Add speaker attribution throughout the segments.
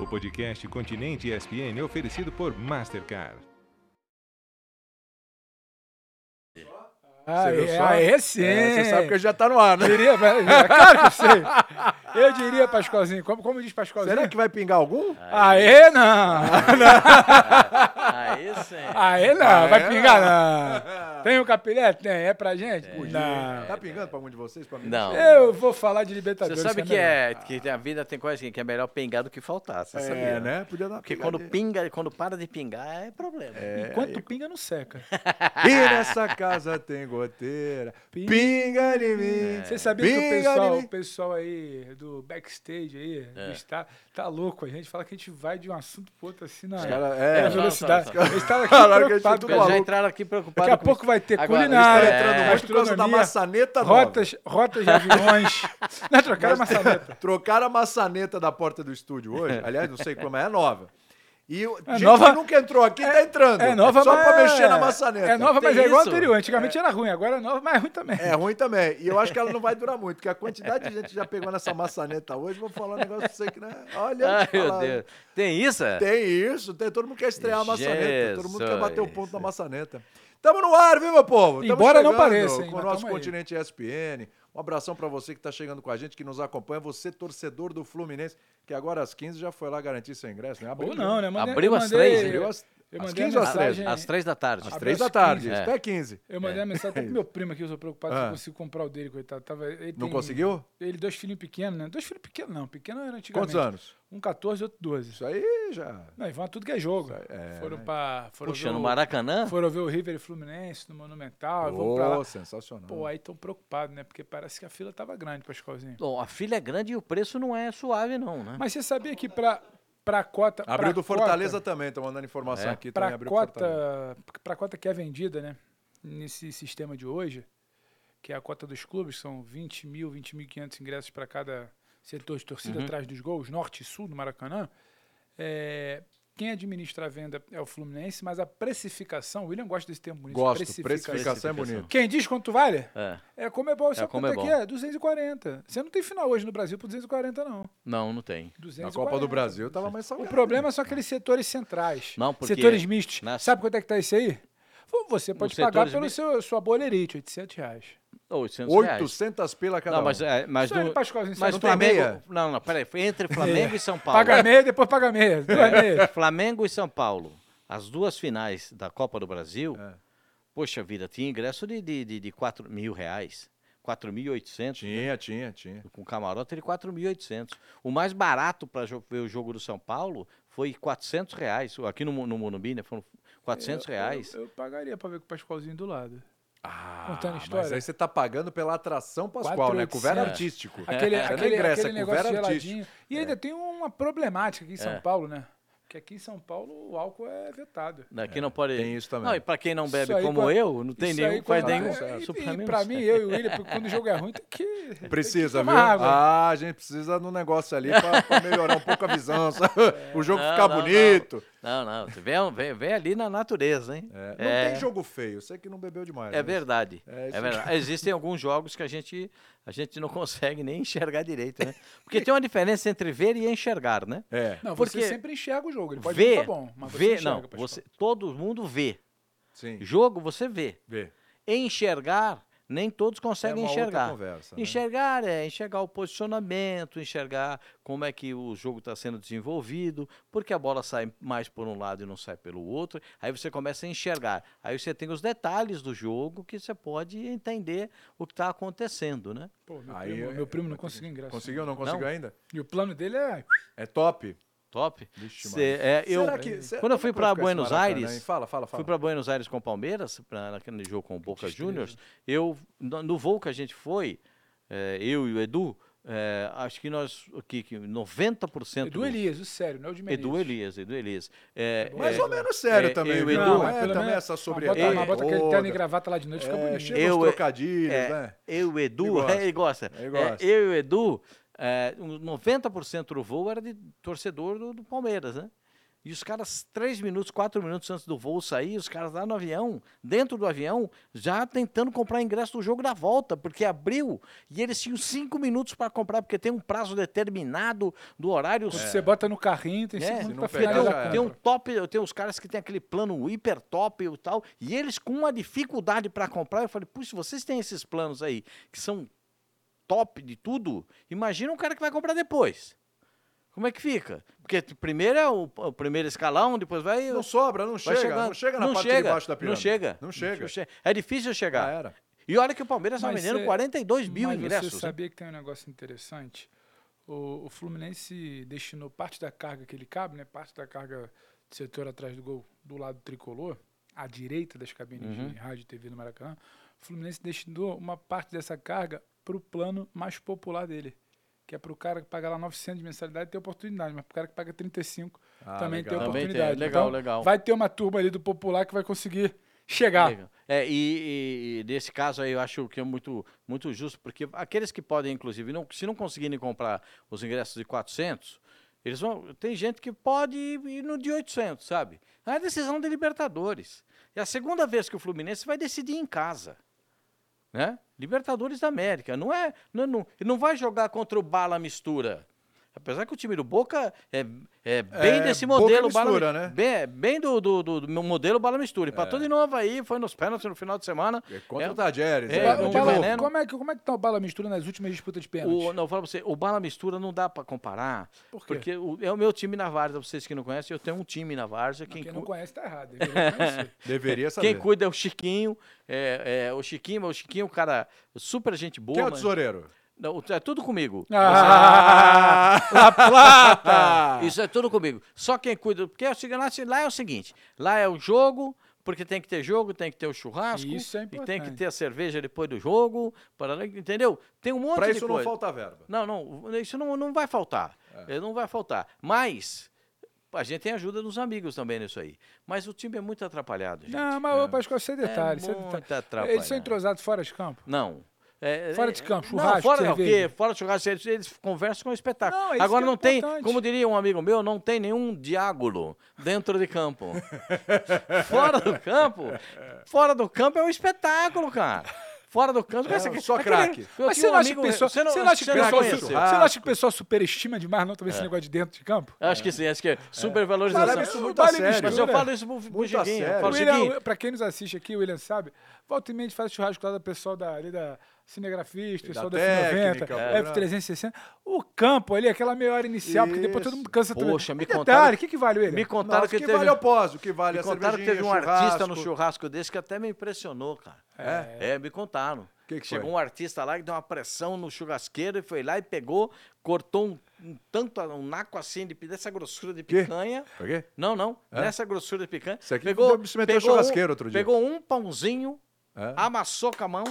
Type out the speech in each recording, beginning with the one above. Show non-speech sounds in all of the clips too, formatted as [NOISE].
Speaker 1: O podcast Continente ESPN é oferecido por Mastercard.
Speaker 2: Ah,
Speaker 3: Você viu
Speaker 2: é,
Speaker 3: só?
Speaker 2: ah, é sim.
Speaker 3: É, Você sabe que já tá no ar, né?
Speaker 2: Eu diria, mas- é claro que eu sei. Eu diria, Pascoalzinho, como, como diz Pascoalzinho?
Speaker 3: Será que vai pingar algum?
Speaker 4: Ah,
Speaker 2: Aê, não.
Speaker 4: Aí sim.
Speaker 2: Aê, não.
Speaker 3: Aê,
Speaker 2: Vai
Speaker 3: não.
Speaker 2: pingar, não. Tem o capilé? Tem. É pra gente? Não.
Speaker 3: Tá pingando pra algum de vocês? Pra mim?
Speaker 4: Não.
Speaker 2: Eu vou falar de
Speaker 4: Você
Speaker 2: Libertadores.
Speaker 4: sabe que,
Speaker 2: melhor.
Speaker 4: é, que a vida tem coisa que é melhor pingar do que faltar, você
Speaker 3: É,
Speaker 4: sabia,
Speaker 3: né? Podia dar uma
Speaker 4: Porque quando
Speaker 3: pingadinha.
Speaker 4: pinga, quando para de pingar, é problema.
Speaker 2: Enquanto pinga, não seca.
Speaker 3: É. E nessa casa tem goteira.
Speaker 2: Pinga.
Speaker 3: Pinga em mim.
Speaker 2: Você sabia que o
Speaker 3: Pinga
Speaker 2: pessoal,
Speaker 3: em mim.
Speaker 2: o pessoal aí do backstage
Speaker 4: É.
Speaker 2: aí do está tá louco a gente fala que a gente vai de um assunto pro outro assim na
Speaker 3: caras-
Speaker 2: na
Speaker 3: é.
Speaker 2: velocidade.
Speaker 4: Só, só, só.
Speaker 2: Eles estavam aqui
Speaker 3: Falaram que a gente é
Speaker 2: preocupados com
Speaker 3: tudo
Speaker 2: a
Speaker 4: Eles já
Speaker 3: maluco.
Speaker 4: entraram aqui preocupados.
Speaker 2: Daqui a
Speaker 4: com
Speaker 2: pouco
Speaker 4: isso.
Speaker 2: vai ter
Speaker 4: Agora,
Speaker 2: culinária,
Speaker 4: eles estão entrando
Speaker 3: muito por causa da
Speaker 2: gastronomia,
Speaker 3: maçaneta nova.
Speaker 2: rotas, rotas de
Speaker 3: [LAUGHS]
Speaker 2: aviões. Não, trocaram a maçaneta.
Speaker 3: Trocaram a maçaneta da porta do estúdio
Speaker 4: [LAUGHS]
Speaker 3: hoje. Aliás, não sei como é, é nova. E o-
Speaker 2: É
Speaker 3: gente
Speaker 2: nova-
Speaker 3: que nunca entrou aqui tá entrando.
Speaker 2: É nova,
Speaker 3: Só
Speaker 2: mas
Speaker 3: pra mexer na maçaneta.
Speaker 2: É nova,
Speaker 4: Tem
Speaker 2: mas é igual a
Speaker 4: isso?
Speaker 2: anterior. Antigamente era ruim, agora é nova, mas é ruim também.
Speaker 3: É ruim também. E eu acho que ela não vai durar muito, porque a quantidade de gente que já pegou nessa maçaneta hoje, vou falar um negócio pra você que não é. Olha,
Speaker 4: Ai,
Speaker 3: te
Speaker 4: meu
Speaker 3: falar,
Speaker 4: Deus. Tem isso? é?
Speaker 3: Tem isso, tem, todo mundo quer estrear a maçaneta, todo mundo quer bater o ponto
Speaker 4: Jesus.
Speaker 3: da maçaneta. Tamo no ar, viu, meu povo? Tamo
Speaker 2: Embora não
Speaker 3: chegando
Speaker 2: pareça, hein,
Speaker 3: Com o
Speaker 2: mas
Speaker 3: nosso
Speaker 2: tamo aí.
Speaker 3: continente ESPN. Um abração pra você que tá chegando com a gente, que nos acompanha, você torcedor do Fluminense, que agora às 15 já foi lá garantir seu ingresso, né?
Speaker 2: Ou não, né? Mandei-
Speaker 4: Abriu
Speaker 2: eu
Speaker 4: às
Speaker 2: mandei-
Speaker 4: três,
Speaker 3: Abriu às,
Speaker 2: eu
Speaker 3: às
Speaker 2: mandei
Speaker 3: 15 ou às 13?
Speaker 2: mensagem-
Speaker 4: Às três da tarde.
Speaker 3: né? Às 3 da
Speaker 2: às é.
Speaker 3: tarde,
Speaker 4: 15.
Speaker 3: até 15.
Speaker 2: Eu mandei uma mensagem até pro meu primo aqui, eu sou preocupado se
Speaker 3: É. Ah.
Speaker 2: eu consigo comprar o dele, coitado. Tava, ele
Speaker 3: Não
Speaker 2: tem- um-
Speaker 3: conseguiu?
Speaker 2: Ele, dois filhinhos pequenos, né? Dois filhos pequenos, não. Pequeno era antigamente.
Speaker 3: Quantos anos?
Speaker 2: Um 14, outro 12.
Speaker 3: Isso aí já.
Speaker 2: Não, e vão a tudo que é jogo. foram pra. Foram
Speaker 4: Puxa,
Speaker 2: ver
Speaker 4: no
Speaker 2: o-
Speaker 4: Maracanã?
Speaker 2: Foram ver o River e Fluminense no Monumental. vão pra
Speaker 3: Pô,
Speaker 2: lá.
Speaker 3: sensacional.
Speaker 2: Pô, aí tão preocupado, né? Porque parece que a fila tava grande pra escolzinha.
Speaker 4: Bom, a filha é grande e o preço não é suave, não, né?
Speaker 2: Mas você sabia que pra, pra cota. pra
Speaker 3: Abriu do Fortaleza
Speaker 2: cota,
Speaker 3: também, tô mandando informação
Speaker 4: É.
Speaker 3: aqui também.
Speaker 2: pra
Speaker 3: Abriu do Fortaleza.
Speaker 2: cota, pra cota que é vendida, né? Nesse sistema de hoje, que é a cota dos clubes, são 20 mil, 20.500 ingressos para cada setor de
Speaker 3: Uhum.
Speaker 2: torcida atrás dos gols, norte e sul do Maracanã. É, quem administra a venda é o Fluminense, mas a precificação, o William gosta desse termo bonito.
Speaker 3: Gosto, precificação é
Speaker 4: Precificação.
Speaker 3: bonito.
Speaker 2: Quem diz quanto vale?
Speaker 4: É.
Speaker 2: É Comebol, sabe quanto é
Speaker 4: Comebol.
Speaker 2: que é? 240. Você não tem final hoje no Brasil por 240, não.
Speaker 4: Não, não tem.
Speaker 2: 240.
Speaker 3: Na Copa do Brasil tava mais
Speaker 2: O
Speaker 3: salgado.
Speaker 2: problema são aqueles setores centrais.
Speaker 4: Não, porque
Speaker 2: setores mistos.
Speaker 4: nas-
Speaker 2: Sabe quanto é que tá isso aí? Você pode
Speaker 4: Os
Speaker 2: pagar
Speaker 4: setores
Speaker 2: pela
Speaker 4: mi-
Speaker 2: seu sua bolerite, 800 reais.
Speaker 4: Ou
Speaker 2: é
Speaker 4: 800 reais.
Speaker 3: 800 pila cada
Speaker 4: Não,
Speaker 3: um.
Speaker 4: mas, é, mas,
Speaker 2: Isso aí,
Speaker 4: do-
Speaker 2: Pascoalzinho, você
Speaker 4: mas
Speaker 2: não
Speaker 3: tem
Speaker 4: Flamengo.
Speaker 3: meia?
Speaker 4: Não, não, peraí. Foi entre Flamengo e São Paulo.
Speaker 2: Paga meia, depois paga
Speaker 4: [LAUGHS]
Speaker 2: meia. Duas meias.
Speaker 4: Flamengo e São Paulo, as duas finais da Copa do Brasil,
Speaker 2: É.
Speaker 4: poxa vida, tinha ingresso de, de, de, de 4 mil reais, 4.800,
Speaker 3: Tinha, tinha, tinha.
Speaker 4: com camarote de 4.800. O mais barato para ver o jogo do São Paulo foi 400 reais, aqui no, Mo- no Morumbi, né, foram 400 reais.
Speaker 2: É, Eu, eu pagaria pra ver com o Pascoalzinho do lado.
Speaker 3: Ah,
Speaker 2: Contando
Speaker 3: Mas
Speaker 2: história.
Speaker 3: aí você tá pagando pela atração Pascoal, né? Couvera
Speaker 2: 4.800.
Speaker 3: artístico.
Speaker 4: É,
Speaker 2: Aquele,
Speaker 3: Você não
Speaker 2: aquele,
Speaker 3: ingressa,
Speaker 2: aquele
Speaker 3: é
Speaker 2: negócio
Speaker 3: couvera
Speaker 2: geladinho. E ainda tem uma problemática aqui em
Speaker 4: É.
Speaker 2: São Paulo, né? Porque aqui em São Paulo o álcool é vetado.
Speaker 4: Daqui não pode.
Speaker 3: tem isso também.
Speaker 4: Não, e para quem não bebe
Speaker 2: Isso aí,
Speaker 4: como
Speaker 2: quando-
Speaker 4: eu, não tem
Speaker 2: Isso
Speaker 4: nenhum,
Speaker 2: aí,
Speaker 4: faz
Speaker 2: quando-
Speaker 4: nenhum.
Speaker 2: é,
Speaker 4: isso
Speaker 2: E, e
Speaker 4: mim
Speaker 2: pra
Speaker 4: não
Speaker 2: mim,
Speaker 4: serve.
Speaker 2: eu e o William, quando o jogo é ruim, tem que. tem
Speaker 3: Precisa,
Speaker 2: que
Speaker 3: viu?
Speaker 2: tomar água.
Speaker 3: Ah, a gente precisa de um negócio ali pra, pra melhorar um pouco a visão, [LAUGHS] sabe? o jogo
Speaker 4: Não,
Speaker 3: ficar
Speaker 4: não, não.
Speaker 3: bonito.
Speaker 4: Não, não, vem, vem, vem ali na natureza, hein?
Speaker 3: É, não tem jogo feio, você que não bebeu demais.
Speaker 4: É
Speaker 3: né?
Speaker 4: verdade.
Speaker 3: É
Speaker 4: É,
Speaker 3: isso
Speaker 4: verdade. Existem alguns jogos que a gente, a gente não [LAUGHS] consegue nem enxergar direito,
Speaker 3: [LAUGHS]
Speaker 4: né? Porque tem uma diferença entre ver e enxergar, né?
Speaker 3: É,
Speaker 2: Não, você
Speaker 4: Porque
Speaker 2: sempre enxerga o jogo. Ele pode
Speaker 4: ver,
Speaker 2: não tá bom, mas você
Speaker 4: ver,
Speaker 2: enxerga,
Speaker 4: não,
Speaker 2: Pascoal.
Speaker 4: você, todo mundo vê.
Speaker 3: sim.
Speaker 4: Jogo você vê.
Speaker 3: Vê.
Speaker 4: Enxergar nem todos conseguem
Speaker 3: É uma outra
Speaker 4: enxergar.
Speaker 3: conversa, né?
Speaker 4: Enxergar é enxergar o posicionamento, enxergar como é que o jogo está sendo desenvolvido, porque a bola sai mais por um lado e não sai pelo outro. Aí você começa a enxergar. Aí você tem os detalhes do jogo que você pode entender o que está acontecendo, né?
Speaker 2: Pô, meu,
Speaker 3: Aí
Speaker 2: primo,
Speaker 3: eu-
Speaker 2: meu primo não conseguiu ingresso. né?
Speaker 3: Conseguiu ou não conseguiu
Speaker 4: Não.
Speaker 3: ainda?
Speaker 2: E o plano dele é.
Speaker 3: É top.
Speaker 4: Top.
Speaker 3: Vixe,
Speaker 4: Cê- é, eu,
Speaker 3: Será que- será-
Speaker 4: quando eu
Speaker 3: como
Speaker 4: fui
Speaker 3: é que vai
Speaker 4: para
Speaker 3: ficar
Speaker 4: Buenos
Speaker 3: esse Maracanã, hein?
Speaker 4: Aires,
Speaker 3: Fala, fala, fala.
Speaker 4: fui para Buenos Aires com o Palmeiras, pra, naquele jogo com o Boca Juniors, eu no, no voo que a gente foi, é, eu e o Edu, é, acho que nós que, que 90%
Speaker 2: Edu
Speaker 4: do-
Speaker 2: Elias, o sério, não é o de Menezes.
Speaker 4: Edu Elias, Edu Elias. É,
Speaker 2: bom.
Speaker 3: Mais
Speaker 4: é,
Speaker 3: ou menos sério
Speaker 4: é,
Speaker 3: também,
Speaker 4: eu,
Speaker 3: viu?
Speaker 4: Edu,
Speaker 3: Não,
Speaker 4: mas
Speaker 3: é
Speaker 2: pelo
Speaker 3: também
Speaker 2: menos-
Speaker 3: essa
Speaker 2: mas
Speaker 3: sobre
Speaker 2: Bota, mas bota aquele terno e
Speaker 3: toda.
Speaker 2: gravata lá de noite, fica
Speaker 3: É,
Speaker 2: bonito.
Speaker 3: chega os
Speaker 4: Eu-
Speaker 3: trocadilhos,
Speaker 4: é,
Speaker 3: né?
Speaker 4: Eu, o Edu,
Speaker 3: Ele gosta.
Speaker 4: [LAUGHS] ele gosta.
Speaker 3: Ele
Speaker 4: É,
Speaker 3: gosta.
Speaker 4: eu e o Edu, é, um 90% do voo era de torcedor do, do Palmeiras, né? E os caras, três minutos, quatro minutos antes do voo sair, os caras lá no avião, dentro do avião, já tentando comprar ingresso do jogo da volta, porque abriu e eles tinham cinco minutos para comprar, porque tem um prazo determinado do horário.
Speaker 2: Quando você bota no carrinho, tem
Speaker 4: É,
Speaker 2: cinco
Speaker 4: se
Speaker 2: minutos
Speaker 3: não
Speaker 2: pra
Speaker 3: pegar,
Speaker 2: finalizar.
Speaker 3: já
Speaker 2: a
Speaker 3: era.
Speaker 4: Tem um
Speaker 2: compra.
Speaker 4: top, eu tenho os caras que tem aquele plano hiper top e tal, e eles com uma dificuldade para comprar. Eu falei, puxa, vocês têm esses planos aí que são top de tudo? Imagina um cara que vai comprar depois. Como é que fica? Porque t- primeiro é o, o primeiro escalão, depois vai.
Speaker 3: Não sobra, não
Speaker 4: vai
Speaker 3: chega. Não chega na parte de baixo da pirâmide.
Speaker 4: Não chega.
Speaker 3: Não chega.
Speaker 4: É difícil chegar.
Speaker 3: Já era.
Speaker 4: E olha que o Palmeiras é um está
Speaker 2: Mas
Speaker 4: vendendo
Speaker 2: cê-
Speaker 4: 42 mil
Speaker 2: Mas
Speaker 4: ingressos.
Speaker 2: Você sabia que tem um negócio interessante? O, o Fluminense destinou parte da carga que ele cabe, né? Parte da carga do setor atrás do gol do lado tricolor, à direita das cabines
Speaker 4: Uhum.
Speaker 2: de rádio e TV no Maracanã. O Fluminense destinou uma parte dessa carga para o plano mais popular dele. Que é para o cara que paga lá 900 de mensalidade ter oportunidade, mas para o cara que paga 35
Speaker 3: Ah,
Speaker 2: também tem
Speaker 3: legal.
Speaker 4: Também tem,
Speaker 2: oportunidade.
Speaker 4: legal,
Speaker 2: Então,
Speaker 4: legal.
Speaker 2: Vai ter uma turma ali do popular que vai conseguir chegar.
Speaker 4: Legal. É, e, e- e nesse caso aí eu acho que é muito, muito justo, porque aqueles que podem, inclusive, não, se não conseguirem comprar os ingressos de 400, eles vão. Tem gente que pode ir ir no de 800, sabe? É a decisão de Libertadores. É a segunda vez que o Fluminense vai decidir em casa. Né? Libertadores da América. Não é. Não, não, ele não vai jogar contra o Bala Mistura. Apesar que o time do Boca é, é bem
Speaker 3: É,
Speaker 4: desse
Speaker 3: Boca
Speaker 4: modelo
Speaker 3: mistura,
Speaker 4: bala,
Speaker 3: né?
Speaker 4: Bem, bem do, do, do- do meu modelo bala mistura. Empatou de novo aí, foi nos pênaltis no final de semana.
Speaker 3: É contra
Speaker 4: É,
Speaker 3: o Tajeres.
Speaker 4: é,
Speaker 3: né?
Speaker 2: Ba-
Speaker 4: o
Speaker 3: Não
Speaker 2: o
Speaker 3: tinha
Speaker 2: Bala-
Speaker 3: como.
Speaker 4: veneno.
Speaker 2: como, é que, como é que tá o bala mistura nas últimas disputas de pênalti?
Speaker 4: O, não, eu falo pra você, o bala mistura não dá pra comparar.
Speaker 2: Por quê?
Speaker 4: Porque o- é o meu time na Várzea, vocês que não conhecem, eu tenho um time na Várzea.
Speaker 2: Quem,
Speaker 4: Quem,
Speaker 2: não
Speaker 4: cu-
Speaker 2: conhece tá errado. deveria conhecer.
Speaker 3: Deveria saber.
Speaker 4: quem cuida é o Chiquinho. É, é, o Chiquinho, mas o Chiquinho é um cara super gente boa.
Speaker 3: Quem é o
Speaker 4: mas-
Speaker 3: tesoureiro?
Speaker 4: Não, é tudo comigo.
Speaker 2: Ah, La Plata!
Speaker 4: Isso é tudo comigo. Só quem cuida. Porque é o seguinte, lá- lá é o seguinte: lá é o jogo, porque tem que ter jogo, tem que ter o churrasco.
Speaker 2: Isso é
Speaker 4: E tem que
Speaker 2: importante.
Speaker 4: ter a cerveja depois do jogo. Para, entendeu? Tem um monte
Speaker 3: Pra
Speaker 4: de
Speaker 3: isso não
Speaker 4: coisa.
Speaker 3: falta verba.
Speaker 4: Não, não, isso não, não vai faltar. Eh, Não vai faltar. Mas a gente tem ajuda dos amigos também nisso aí. Mas o time é muito atrapalhado, gente.
Speaker 2: Não, mas eu acho que isso é detalhe. isso é
Speaker 4: muito
Speaker 2: detalhe.
Speaker 4: atrapalhado.
Speaker 2: Eles são entrosados fora de campo?
Speaker 4: Não. É,
Speaker 2: Fora
Speaker 4: é,
Speaker 2: de campo,
Speaker 4: não,
Speaker 2: churrasco,
Speaker 4: fora é o
Speaker 2: cerveja.
Speaker 4: quê? Fora de churrasco, eles, eles conversam com o espetáculo.
Speaker 2: Não, é isso
Speaker 4: Agora
Speaker 2: que é
Speaker 4: não tem,
Speaker 2: importante.
Speaker 4: como diria um amigo meu, não tem nenhum diágulo dentro de campo. [LAUGHS] fora do campo, fora do campo é um espetáculo, cara. Fora do campo,
Speaker 3: É,
Speaker 4: você-
Speaker 3: só
Speaker 4: aquele-
Speaker 3: craque.
Speaker 4: eu
Speaker 2: Mas
Speaker 4: tinha
Speaker 2: você
Speaker 4: um
Speaker 2: não acha que o
Speaker 4: amigo-
Speaker 2: pessoal você não acha que o
Speaker 4: não
Speaker 2: pessoal
Speaker 4: conhece?
Speaker 2: su- você não acha que o pessoal superestima demais não também esse negócio de dentro de campo?
Speaker 4: Eu Acho que sim, acho que é
Speaker 3: Mas
Speaker 4: supervalorização.
Speaker 3: leva isso muito a
Speaker 2: Vale
Speaker 3: sério.
Speaker 4: Mas eu
Speaker 2: mistura.
Speaker 4: falo isso pro, pro
Speaker 3: Muito a
Speaker 4: Giguinho.
Speaker 3: sério.
Speaker 4: Eu
Speaker 2: O
Speaker 4: falo,
Speaker 2: William,
Speaker 4: Giguinho,
Speaker 2: pra quem nos assiste aqui, o William sabe, volta e meia a gente faz churrasco lá do pessoal da, ali da cinegrafista,
Speaker 3: E da
Speaker 2: pessoal da,
Speaker 3: técnica,
Speaker 2: F90,
Speaker 3: é.
Speaker 2: F360. O campo ali, aquela meia hora inicial, porque depois
Speaker 3: Isso.
Speaker 2: todo mundo cansa também.
Speaker 4: Poxa, me
Speaker 2: E detalhe,
Speaker 4: contaram-
Speaker 2: o que, que vale, William?
Speaker 4: me
Speaker 3: Não,
Speaker 4: contaram
Speaker 3: o que
Speaker 4: que teve...
Speaker 3: vale é o pós, o que vale é
Speaker 4: Me
Speaker 3: a
Speaker 4: contaram que
Speaker 3: cervejinha,
Speaker 4: teve um artista no
Speaker 3: churrasco.
Speaker 4: churrasco desse que até me impressionou, cara. É, me contaram.
Speaker 3: Que que
Speaker 4: Chegou
Speaker 3: foi?
Speaker 4: um artista lá que deu uma pressão no churrasqueiro e foi lá e pegou, cortou um, um tanto, um naco assim de, pi- dessa grossura de
Speaker 3: Quê?
Speaker 4: picanha.
Speaker 3: Por quê?
Speaker 4: Não, não.
Speaker 3: É?
Speaker 4: Nessa grossura de picanha.
Speaker 3: Isso aqui
Speaker 4: pegou,
Speaker 3: deu- se meteu
Speaker 4: pegou
Speaker 3: churrasqueiro
Speaker 4: um,
Speaker 3: outro dia.
Speaker 4: Pegou um pãozinho,
Speaker 3: É.
Speaker 4: amassou com a mão,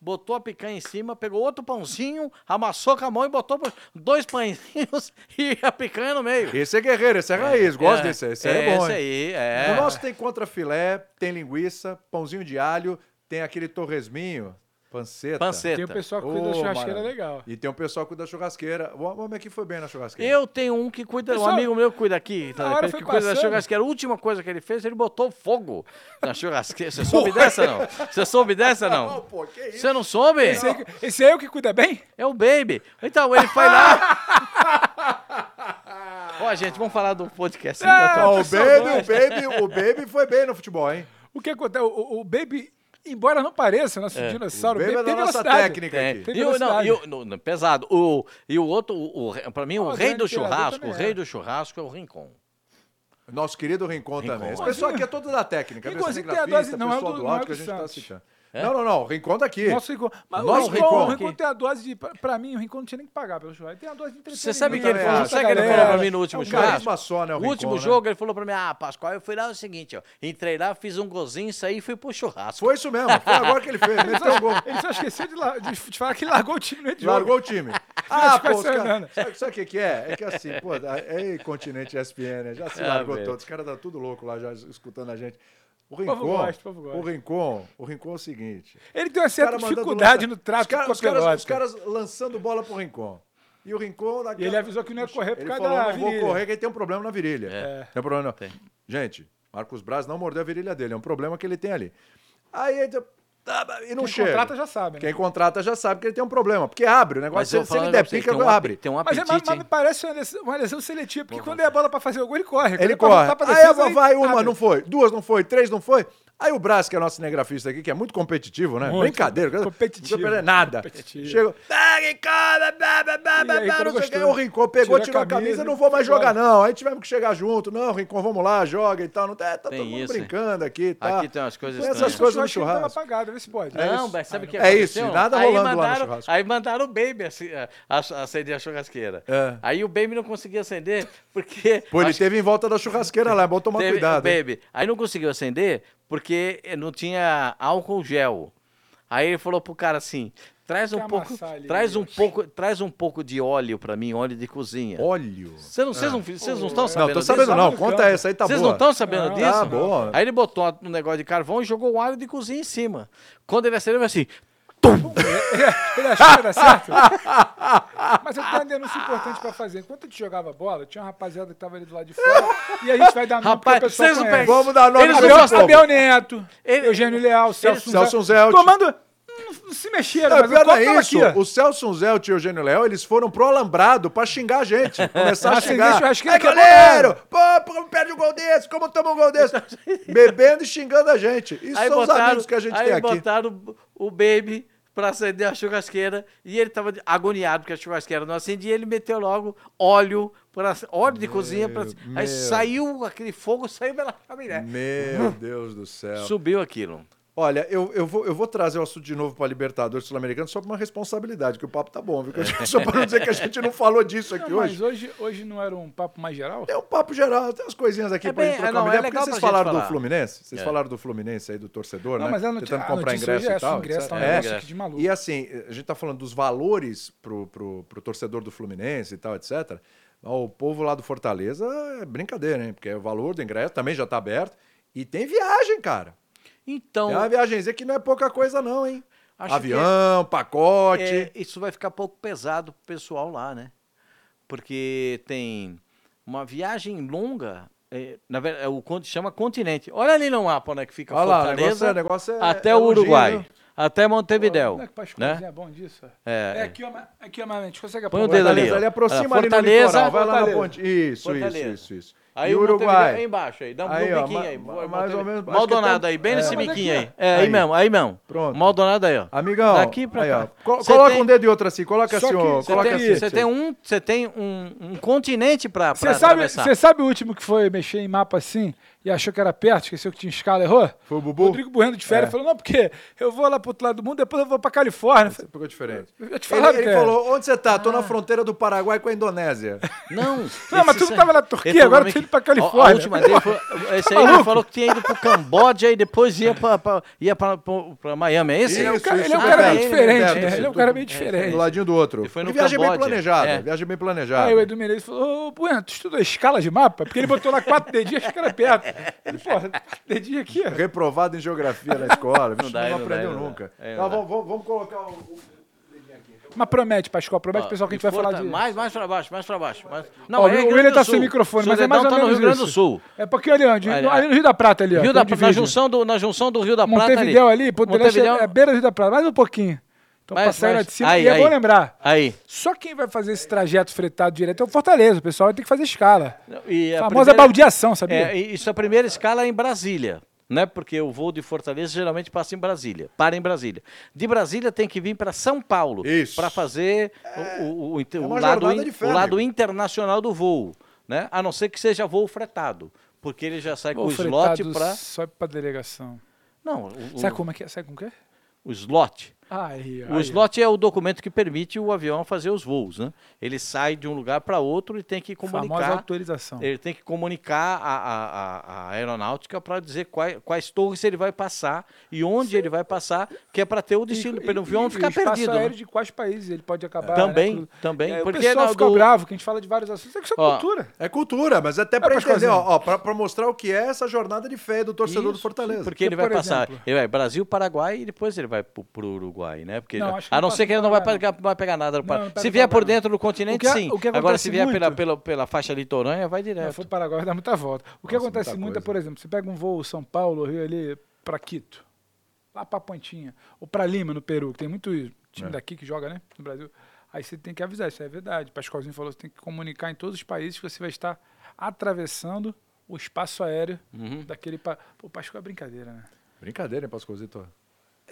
Speaker 4: botou a picanha em cima, pegou outro pãozinho, amassou com a mão e botou pro- dois pãezinhos [LAUGHS] e a picanha no meio.
Speaker 3: Esse é guerreiro, esse é raiz, gosto
Speaker 4: É,
Speaker 3: desse. Esse é, bom.
Speaker 4: Esse
Speaker 3: hein?
Speaker 4: aí, é.
Speaker 3: O nosso tem contrafilé, tem linguiça, pãozinho de alho, tem aquele torresminho, panceta.
Speaker 4: Panceta.
Speaker 2: Tem o pessoal que cuida
Speaker 3: Ô,
Speaker 2: da churrasqueira é
Speaker 3: maravilha.
Speaker 2: legal.
Speaker 3: E tem um pessoal que cuida da churrasqueira. O homem aqui foi bem na churrasqueira.
Speaker 4: Eu tenho um que cuida, um
Speaker 2: Pessoal,
Speaker 4: amigo meu que cuida aqui, tá,
Speaker 2: hora
Speaker 4: que
Speaker 2: foi
Speaker 4: cuida da
Speaker 2: passando.
Speaker 4: churrasqueira. A última coisa que ele fez, ele botou fogo na churrasqueira. Você soube dessa, não? Você soube dessa,
Speaker 3: Não,
Speaker 4: não?
Speaker 3: pô, que isso?
Speaker 4: Você não soube?
Speaker 2: Esse aí, esse aí é o que cuida bem?
Speaker 4: É o Baby. Então, ele foi
Speaker 2: [LAUGHS]
Speaker 4: lá... Ó, gente, vamos falar do podcast. Então,
Speaker 3: Ah, o,
Speaker 2: pessoal
Speaker 3: baby, o, baby, o Baby foi bem no futebol,
Speaker 2: [LAUGHS]
Speaker 3: hein?
Speaker 2: O que acontece? O, o- o Baby, embora não pareça, nosso dinossauro,
Speaker 3: O Baby é da
Speaker 2: tem
Speaker 3: nossa
Speaker 2: velocidade.
Speaker 3: técnica
Speaker 4: Tem.
Speaker 3: aqui.
Speaker 2: Tem
Speaker 4: E o, não,
Speaker 2: velocidade.
Speaker 4: e o- no- no- pesado. O, e o outro, o, o re- pra mim, o
Speaker 2: Ah, o
Speaker 4: rei
Speaker 2: grande
Speaker 4: do
Speaker 2: imperador
Speaker 4: churrasco, o
Speaker 2: também
Speaker 4: rei
Speaker 2: é.
Speaker 4: do churrasco é o Rincon.
Speaker 3: Nosso querido Rincon, também. Esse
Speaker 4: Rincon.
Speaker 3: pessoal aqui é todo da técnica.
Speaker 2: Rincon,
Speaker 3: desse
Speaker 2: assim, tem a dose-
Speaker 3: cinegrafista,
Speaker 2: não é
Speaker 3: pessoal
Speaker 2: do-
Speaker 3: do
Speaker 2: não é do
Speaker 3: áudio que a gente tá
Speaker 2: Santos.
Speaker 3: citando.
Speaker 4: É?
Speaker 3: Não, não, não. O Rincon tá daqui.
Speaker 2: Nosso Rincon. Mas
Speaker 3: Nosso
Speaker 2: o Rincon,
Speaker 3: Rincon
Speaker 2: o Rincon
Speaker 4: aqui.
Speaker 2: tem a dose de. Pra, pra mim, o Rincon não tinha nem que pagar pelo churrasco. Ele Tem a dose de
Speaker 4: Você
Speaker 2: entretenimento.
Speaker 4: sabe que
Speaker 3: também
Speaker 4: ele falou,
Speaker 3: acho.
Speaker 4: sabe que ele falou pra mim no
Speaker 2: É
Speaker 4: último
Speaker 3: um
Speaker 4: churrasco?
Speaker 3: carisma só, né, o
Speaker 4: o último
Speaker 3: Rincon, né?
Speaker 4: jogo ele falou pra mim, ah, Pascoal, eu fui lá é o seguinte, ó, entrei lá, fiz um golzinho, saí e fui pro churrasco.
Speaker 3: Foi isso mesmo. Foi agora que ele fez.
Speaker 2: [LAUGHS]
Speaker 3: Meteu um gol.
Speaker 2: Ele só esqueceu de, la- de falar que largou o time no meio de jogo.
Speaker 3: Largou o time. Ah, pô,
Speaker 2: ficou
Speaker 3: os caras.
Speaker 2: acionando.
Speaker 3: Sabe, sabe o que, que é? É que assim, pô, a- é continente ESPN, né? já se
Speaker 4: Ah,
Speaker 3: largou
Speaker 4: velho.
Speaker 3: todo. Os caras estão tudo louco lá, já escutando a gente. O
Speaker 2: povo
Speaker 3: Rincon,
Speaker 2: gosta, o povo gosta.
Speaker 3: o Rincon, o Rincon é o seguinte.
Speaker 2: Ele tem uma
Speaker 3: Os
Speaker 2: certa
Speaker 3: caras mandando
Speaker 2: dificuldade
Speaker 3: lança-
Speaker 2: no trato
Speaker 3: os caras-
Speaker 2: com a
Speaker 3: os caras,
Speaker 2: pelota.
Speaker 3: os caras lançando bola pro Rincon. E o Rincon
Speaker 2: E
Speaker 3: naquela...
Speaker 2: ele avisou que não ia correr por
Speaker 3: Ele
Speaker 2: causa
Speaker 3: falou,
Speaker 2: da
Speaker 3: não vou
Speaker 2: virilha.
Speaker 3: correr que ele tem um problema na virilha.
Speaker 4: É.
Speaker 3: Tem um problema.
Speaker 4: Tem.
Speaker 3: Gente, Marcos Braz não mordeu a virilha dele, é um problema que ele tem ali. Aí ele... tá, E não
Speaker 2: Quem
Speaker 3: chega.
Speaker 2: contrata já sabe, né?
Speaker 3: Quem contrata já sabe que ele tem um problema, porque abre o negócio.
Speaker 4: Mas
Speaker 3: Se,
Speaker 4: eu
Speaker 3: se ele
Speaker 4: falo
Speaker 3: der
Speaker 4: pra vocês,
Speaker 3: pica,
Speaker 4: tem um
Speaker 3: abre.
Speaker 4: ape- Tem um
Speaker 2: Mas, é- mas-
Speaker 4: apetite,
Speaker 2: mas me
Speaker 4: hein?
Speaker 2: parece uma lesão, uma lesão seletiva, porque quando é a bola pra fazer o gol, ele corre. Quando
Speaker 3: Ele
Speaker 2: é pra
Speaker 3: corre.
Speaker 2: voltar pra
Speaker 3: Aí
Speaker 2: defesa,
Speaker 3: a vó
Speaker 2: ele
Speaker 3: vai, uma
Speaker 2: abre.
Speaker 3: não foi, duas não foi, três não foi. Aí o Brás, que é nosso cinegrafista aqui, que é muito competitivo, né?
Speaker 2: Muito.
Speaker 3: Brincadeira. quer dizer,
Speaker 2: Competitivo.
Speaker 3: Não precisa perder nada.
Speaker 2: Competitivo.
Speaker 3: Chegou. Ah, Rincón, blá, blá, blá,
Speaker 2: E aí,
Speaker 3: blá, blá,
Speaker 2: quando
Speaker 3: não sei o quê.
Speaker 2: gostou.
Speaker 3: O Rincón pegou,
Speaker 2: Tirou a
Speaker 3: tirou a camisa,
Speaker 2: camisa,
Speaker 3: não vou mais
Speaker 2: foi embora.
Speaker 3: jogar, não. Aí tivemos que chegar junto. Não, Rincón, vamos lá, joga e tal. Não, tá tá
Speaker 4: Tem
Speaker 3: todo mundo
Speaker 4: isso, hein?
Speaker 3: brincando aqui. Tá.
Speaker 4: Aqui tem umas coisas
Speaker 3: Tem essas
Speaker 4: estranhas.
Speaker 3: coisas no
Speaker 2: Eu acho que ele tava
Speaker 3: churrasco.
Speaker 2: apagado, vê se pode.
Speaker 4: Ah. Não,
Speaker 2: mas
Speaker 4: mas sabe o que
Speaker 3: não. É
Speaker 4: aconteceu?
Speaker 3: isso, nada
Speaker 4: aí
Speaker 3: rolando lá no
Speaker 4: mandaram,
Speaker 3: churrasco.
Speaker 4: Aí mandaram o Baby aci- a- a- acender a churrasqueira.
Speaker 3: É.
Speaker 4: Aí o Baby não conseguia acender porque...
Speaker 3: Pô, ele
Speaker 4: acho
Speaker 3: teve em volta da churrasqueira lá, é bom tomar
Speaker 4: Teve-
Speaker 3: cuidado. hein?
Speaker 4: Baby, aí não conseguiu acender porque eh, não tinha álcool gel. Aí ele falou pro cara assim: traz
Speaker 2: Tem
Speaker 4: um
Speaker 2: que
Speaker 4: pouco,
Speaker 2: amassar ali, né?"
Speaker 4: traz
Speaker 2: eu
Speaker 4: um pouco, traz um pouco de óleo pra mim, óleo de cozinha.
Speaker 3: Óleo. Ah.
Speaker 4: Vocês não, vocês não, fi- vocês não estão
Speaker 3: Não,
Speaker 4: sabendo
Speaker 3: tô
Speaker 4: disso?
Speaker 3: sabendo não.
Speaker 2: no
Speaker 3: Conta
Speaker 2: canto.
Speaker 3: essa aí, tá
Speaker 4: Vocês não
Speaker 3: boa.
Speaker 4: estão sabendo
Speaker 2: Não,
Speaker 4: disso?
Speaker 3: tá boa.
Speaker 4: Aí ele botou um negócio de carvão e jogou o óleo de cozinha em cima. Quando ele acendeu, ele falou assim: tum!
Speaker 2: Ele achou que era certo? Mas eu tenho uma denúncia importante pra fazer. Enquanto a gente jogava bola, tinha uma rapaziada que tava ali do lado de fora. e a gente vai dar nome
Speaker 4: Rapaz,
Speaker 2: porque o pessoal
Speaker 4: vocês não
Speaker 2: conhece.
Speaker 4: pegam-
Speaker 3: Vamos dar nome
Speaker 4: Eles
Speaker 3: pra
Speaker 4: não
Speaker 3: esse
Speaker 4: gostam-
Speaker 3: povo.
Speaker 2: Abel Neto,
Speaker 4: Ele-
Speaker 2: Celso Leal, Celso,
Speaker 3: Celso
Speaker 2: Zelt.
Speaker 3: Zelt.
Speaker 2: Tomando... Não se mexeram,
Speaker 3: Não,
Speaker 2: mas o
Speaker 3: pior
Speaker 2: copo
Speaker 3: não é
Speaker 2: tava
Speaker 3: isso.
Speaker 2: aqui. ó.
Speaker 3: O Celso Zelt e o Eugênio Léo, eles foram pro alambrado pra xingar a gente. Começar a
Speaker 2: Mas
Speaker 3: xingar.
Speaker 2: acender churrasqueira
Speaker 3: Ai,
Speaker 2: que é bom
Speaker 3: goleiro! Pô, como perde um gol desse? Como toma um gol desse? Bebendo e xingando a gente. Isso
Speaker 4: aí
Speaker 3: são os
Speaker 4: botaram,
Speaker 3: amigos que a gente
Speaker 4: aí
Speaker 3: tem aqui.
Speaker 4: botaram o o Baby pra acender a churrasqueira e ele tava de- agoniado porque a churrasqueira não acendia. Ele meteu logo óleo, pra, óleo de cozinha. Pra,
Speaker 3: meu.
Speaker 4: aí saiu aquele fogo, saiu pela chaminé.
Speaker 3: Meu Deus do céu.
Speaker 4: Subiu aquilo.
Speaker 3: Olha, eu, eu, vou, eu vou trazer o assunto de novo pra Libertadores Sul-Americano só por uma responsabilidade, que o papo tá bom, viu? Só pra não dizer que a gente [LAUGHS] não falou disso aqui
Speaker 2: Não,
Speaker 3: hoje.
Speaker 2: mas hoje, hoje não era um papo mais geral?
Speaker 3: É um papo geral, tem umas coisinhas aqui
Speaker 4: É
Speaker 3: pra gente
Speaker 4: bem-
Speaker 3: trocar
Speaker 4: é, não,
Speaker 3: uma ideia.
Speaker 4: é
Speaker 3: Porque
Speaker 4: legal
Speaker 3: vocês
Speaker 4: pra gente
Speaker 3: falaram do
Speaker 4: falar.
Speaker 3: Fluminense? Vocês
Speaker 4: É.
Speaker 3: falaram do Fluminense aí, do torcedor,
Speaker 2: Não,
Speaker 3: né?
Speaker 2: mas a noti-
Speaker 3: Tentando
Speaker 2: a
Speaker 3: comprar
Speaker 2: notícia
Speaker 3: ingresso
Speaker 2: hoje é
Speaker 3: e tal.
Speaker 2: essa, ingresso tá um
Speaker 3: etc.
Speaker 2: negócio
Speaker 4: É.
Speaker 2: aqui de maluco.
Speaker 3: E assim, a gente tá falando dos valores pro, pro, pro torcedor do Fluminense e tal, etc. O povo lá do Fortaleza é brincadeira, hein? Porque o valor do ingresso também já tá aberto. E tem viagem, cara.
Speaker 4: Então,
Speaker 3: Tem uma viagemzinha que não é pouca coisa, não, hein?
Speaker 4: Acho
Speaker 3: Avião, pacote.
Speaker 4: é, isso vai ficar pouco pesado pro pessoal lá, né? Porque tem uma viagem longa. é, na verdade, é o con- chama continente. Olha ali no mapa onde é que fica
Speaker 3: Olha lá, o negócio,
Speaker 4: Fortaleza
Speaker 3: é- o negócio é.
Speaker 4: até
Speaker 3: é
Speaker 4: o
Speaker 3: longinho,
Speaker 4: Uruguai,
Speaker 3: viu?
Speaker 4: até
Speaker 2: Pô,
Speaker 4: Montevidéu,
Speaker 2: moleque Pascoalzinho
Speaker 4: né?
Speaker 2: é bom disso. ó.
Speaker 4: É,
Speaker 2: É,
Speaker 4: é.
Speaker 2: aqui, ó, ma- aqui, ó, Mamãe, a gente consegue
Speaker 4: Põe o
Speaker 2: apontar.
Speaker 4: dedo ali,
Speaker 3: Fortaleza,
Speaker 4: ó.
Speaker 3: ali aproxima
Speaker 4: Ah,
Speaker 3: ali no
Speaker 4: Fortaleza,
Speaker 3: litoral. Vai lá na
Speaker 2: Fortaleza.
Speaker 3: ponte. Isso,
Speaker 4: Fortaleza.
Speaker 3: isso, isso, isso.
Speaker 4: Aí
Speaker 3: e
Speaker 4: o Montevidéu é
Speaker 3: Uruguai.
Speaker 4: embaixo aí, dá um
Speaker 3: Aí,
Speaker 4: aí,
Speaker 3: ó,
Speaker 4: biquinho
Speaker 3: ma-
Speaker 4: aí.
Speaker 3: ma-
Speaker 4: Montevidéu.
Speaker 3: mais ou menos- acho que
Speaker 4: Maldonado
Speaker 3: até-
Speaker 4: aí, bem
Speaker 3: é.
Speaker 4: nesse
Speaker 3: Mas
Speaker 4: biquinho
Speaker 2: aqui,
Speaker 4: aí. É, aí,
Speaker 3: Aí.
Speaker 4: mesmo, aí mesmo.
Speaker 3: Pronto.
Speaker 4: Maldonado aí, ó.
Speaker 3: Amigão,
Speaker 4: Daqui pra
Speaker 3: aí,
Speaker 4: cá.
Speaker 3: ó. Co-
Speaker 4: Cê
Speaker 3: coloca
Speaker 4: tem-
Speaker 3: um dedo e outro assim, coloca
Speaker 2: Só
Speaker 3: assim,
Speaker 2: que
Speaker 3: ó.
Speaker 2: cê
Speaker 4: Você
Speaker 3: Coloca
Speaker 4: tem,
Speaker 3: assim.
Speaker 4: cê tem um, você tem um, um continente pra, pra
Speaker 2: Você sabe,
Speaker 4: atravessar.
Speaker 2: cê sabe o último que foi mexer em mapa assim e achou que era perto, esqueceu que tinha escala, errou?
Speaker 3: Foi o Bubu? É.
Speaker 2: Rodrigo Bueno de férias falou: não, porque eu vou lá pro outro lado do mundo, depois eu vou pra Califórnia.
Speaker 3: Você pegou diferente.
Speaker 2: Eu ia te é.
Speaker 3: Ele,
Speaker 2: falar,
Speaker 3: ele
Speaker 2: cara.
Speaker 3: falou, onde você tá? Tô
Speaker 2: Ah.
Speaker 3: na fronteira do Paraguai com a
Speaker 2: [LAUGHS]
Speaker 3: Indonésia.
Speaker 4: Não.
Speaker 2: Não, mas
Speaker 4: esse-
Speaker 2: tu não tava na Turquia,
Speaker 4: esse
Speaker 2: agora
Speaker 4: homem
Speaker 2: tu
Speaker 4: que-
Speaker 2: indo pra
Speaker 4: Ó,
Speaker 2: Califórnia.
Speaker 4: A última dele foi, esse aí ele falou que tinha ido pro Camboja e depois ia pra, pra- ia pra, pra- pra Miami, é esse?
Speaker 2: Ele é um
Speaker 3: Isso,
Speaker 2: cara,
Speaker 3: isso,
Speaker 2: ele é um
Speaker 4: ah,
Speaker 2: cara
Speaker 4: tá,
Speaker 2: meio
Speaker 4: ele-
Speaker 2: diferente,
Speaker 4: ele-
Speaker 2: né?
Speaker 4: ele-
Speaker 2: Ele é um cara meio
Speaker 3: Do
Speaker 2: diferente.
Speaker 3: ladinho do outro.
Speaker 4: Ele foi no
Speaker 3: E viagem bem
Speaker 4: Camboja.
Speaker 3: planejada.
Speaker 4: É.
Speaker 3: Viagem bem planejada.
Speaker 2: Aí o Edu Menezes falou, ô, Bueno, tu estudou escala de mapa? Porque ele botou lá quatro dedinhos, achei que era perto. Ele, porra, quatro dedinhos aqui, ó.
Speaker 3: Reprovado em geografia na
Speaker 4: [LAUGHS]
Speaker 3: escola. Não,
Speaker 4: dá,
Speaker 3: não,
Speaker 4: aí não dá,
Speaker 3: aprendeu
Speaker 4: aí não dá.
Speaker 3: nunca.
Speaker 4: Aí não
Speaker 3: Tá,
Speaker 4: dá.
Speaker 3: vamos, vamos- vamos colocar o... o-
Speaker 2: Mas promete, Pascoal, promete,
Speaker 4: Ó,
Speaker 2: pessoal, que a gente
Speaker 4: e
Speaker 2: vai falar
Speaker 4: Forta-
Speaker 2: de...
Speaker 4: Mais, mais pra baixo, mais pra baixo. mais-
Speaker 2: Ó,
Speaker 4: Não, é
Speaker 2: o
Speaker 4: Rio Grande
Speaker 2: Willian
Speaker 4: do
Speaker 2: tá
Speaker 4: Sul.
Speaker 2: sem microfone, mas é mais
Speaker 4: Soledão
Speaker 2: ou
Speaker 4: tá no
Speaker 2: menos
Speaker 4: Rio Grande do
Speaker 2: isso.
Speaker 4: Sul.
Speaker 2: É porque ali, onde,
Speaker 4: Olha,
Speaker 2: no, ali no Rio da Prata, ali, ó.
Speaker 4: Rio da-
Speaker 2: onde
Speaker 4: na,
Speaker 2: divide.
Speaker 4: junção do, na junção do Rio da Prata
Speaker 2: Montevidéu
Speaker 4: ali.
Speaker 2: ali, Ponte Montevidéu...
Speaker 4: Montevidéu-
Speaker 2: é beira do Rio da Prata, mais um pouquinho. Então,
Speaker 4: Mas-
Speaker 2: passar lá
Speaker 4: mas-
Speaker 2: de cima,
Speaker 4: aí,
Speaker 2: e é bom
Speaker 4: aí.
Speaker 2: lembrar.
Speaker 4: Aí.
Speaker 2: Só quem vai fazer esse trajeto fretado direto é o Fortaleza, o pessoal vai ter que fazer escala.
Speaker 4: E a
Speaker 2: Famosa
Speaker 4: primeira-
Speaker 2: baldeação, sabia?
Speaker 4: É, e isso a primeira escala é em Brasília, né? Porque o voo de Fortaleza geralmente passa em Brasília, para em Brasília. De Brasília tem que vir para São Paulo
Speaker 3: Isso.
Speaker 4: para fazer o- o, o inter-
Speaker 3: é
Speaker 4: o
Speaker 3: uma
Speaker 4: lado,
Speaker 3: jornada
Speaker 4: in-
Speaker 3: de
Speaker 4: o
Speaker 3: férias.
Speaker 4: lado internacional do voo, né? A não ser que seja voo fretado, porque ele já sai com o slot
Speaker 2: fretado
Speaker 4: para
Speaker 2: Sobe pra delegação.
Speaker 4: não, o,
Speaker 2: Sabe
Speaker 4: o,
Speaker 2: como é que é? Sabe como que é?
Speaker 4: o slot.
Speaker 2: Aí,
Speaker 4: O
Speaker 2: aí.
Speaker 4: slot é o documento que permite o avião fazer os voos, né? Ele sai de um lugar para outro e tem que
Speaker 2: Famosa
Speaker 4: comunicar
Speaker 2: autorização.
Speaker 4: Ele tem que comunicar a, a- a- a aeronáutica para dizer quais, quais torres ele vai passar e onde ele vai passar, que é para ter o destino, para o avião não
Speaker 2: e
Speaker 4: ficar
Speaker 2: o espaço
Speaker 4: perdido. né?
Speaker 2: aéreo de quais países ele pode acabar.
Speaker 4: Também,
Speaker 2: né, tudo.
Speaker 4: também.
Speaker 2: E aí
Speaker 4: porque
Speaker 2: o pessoal
Speaker 4: na-
Speaker 2: ficou
Speaker 4: do-
Speaker 2: bravo, que a gente fala de vários assuntos. É que isso é
Speaker 4: Ó,
Speaker 2: cultura.
Speaker 3: É cultura, mas até pra entender,
Speaker 2: Pascoalzinho.
Speaker 3: ó, ó, pra, pra mostrar o que é essa jornada de fé do torcedor do
Speaker 4: Isso,
Speaker 3: Fortaleza.
Speaker 4: Porque ele
Speaker 2: Porque,
Speaker 4: vai
Speaker 2: por
Speaker 4: passar.
Speaker 2: exemplo-
Speaker 4: Ele vai Brasil, Paraguai e depois ele vai para o Uruguai, né? Porque,
Speaker 2: Não, acho que
Speaker 4: a
Speaker 2: não
Speaker 4: não ser
Speaker 2: passa
Speaker 4: que ele não vai
Speaker 2: Paraguai,
Speaker 4: pegar, vai pegar nada do
Speaker 2: Não,
Speaker 4: Paraná.
Speaker 2: não pega
Speaker 4: Se vier por
Speaker 2: Paraguai, não.
Speaker 4: dentro do continente,
Speaker 2: que a-
Speaker 4: sim.
Speaker 2: o que
Speaker 4: Agora,
Speaker 2: acontece
Speaker 4: se vier pela,
Speaker 2: muito-
Speaker 4: pela, pela faixa litorânea, vai
Speaker 2: Não,
Speaker 4: direto.
Speaker 2: foi para Paraguai dá muita volta. O que
Speaker 3: Nossa,
Speaker 2: acontece
Speaker 3: muita
Speaker 2: muito é,
Speaker 3: coisa.
Speaker 2: por exemplo, você pega um voo São Paulo, Rio ali para Quito, lá para Pontinha, ou para Lima, no Peru, que tem muito time
Speaker 3: É.
Speaker 2: daqui que joga, né, no Brasil. Aí você tem que avisar, isso é verdade. Pascoalzinho falou, você tem que comunicar em todos os países que você vai estar atravessando o espaço aéreo
Speaker 3: Uhum.
Speaker 2: daquele pa... Pô, Pascoal é brincadeira, né?
Speaker 3: Brincadeira, hein, Pascozito?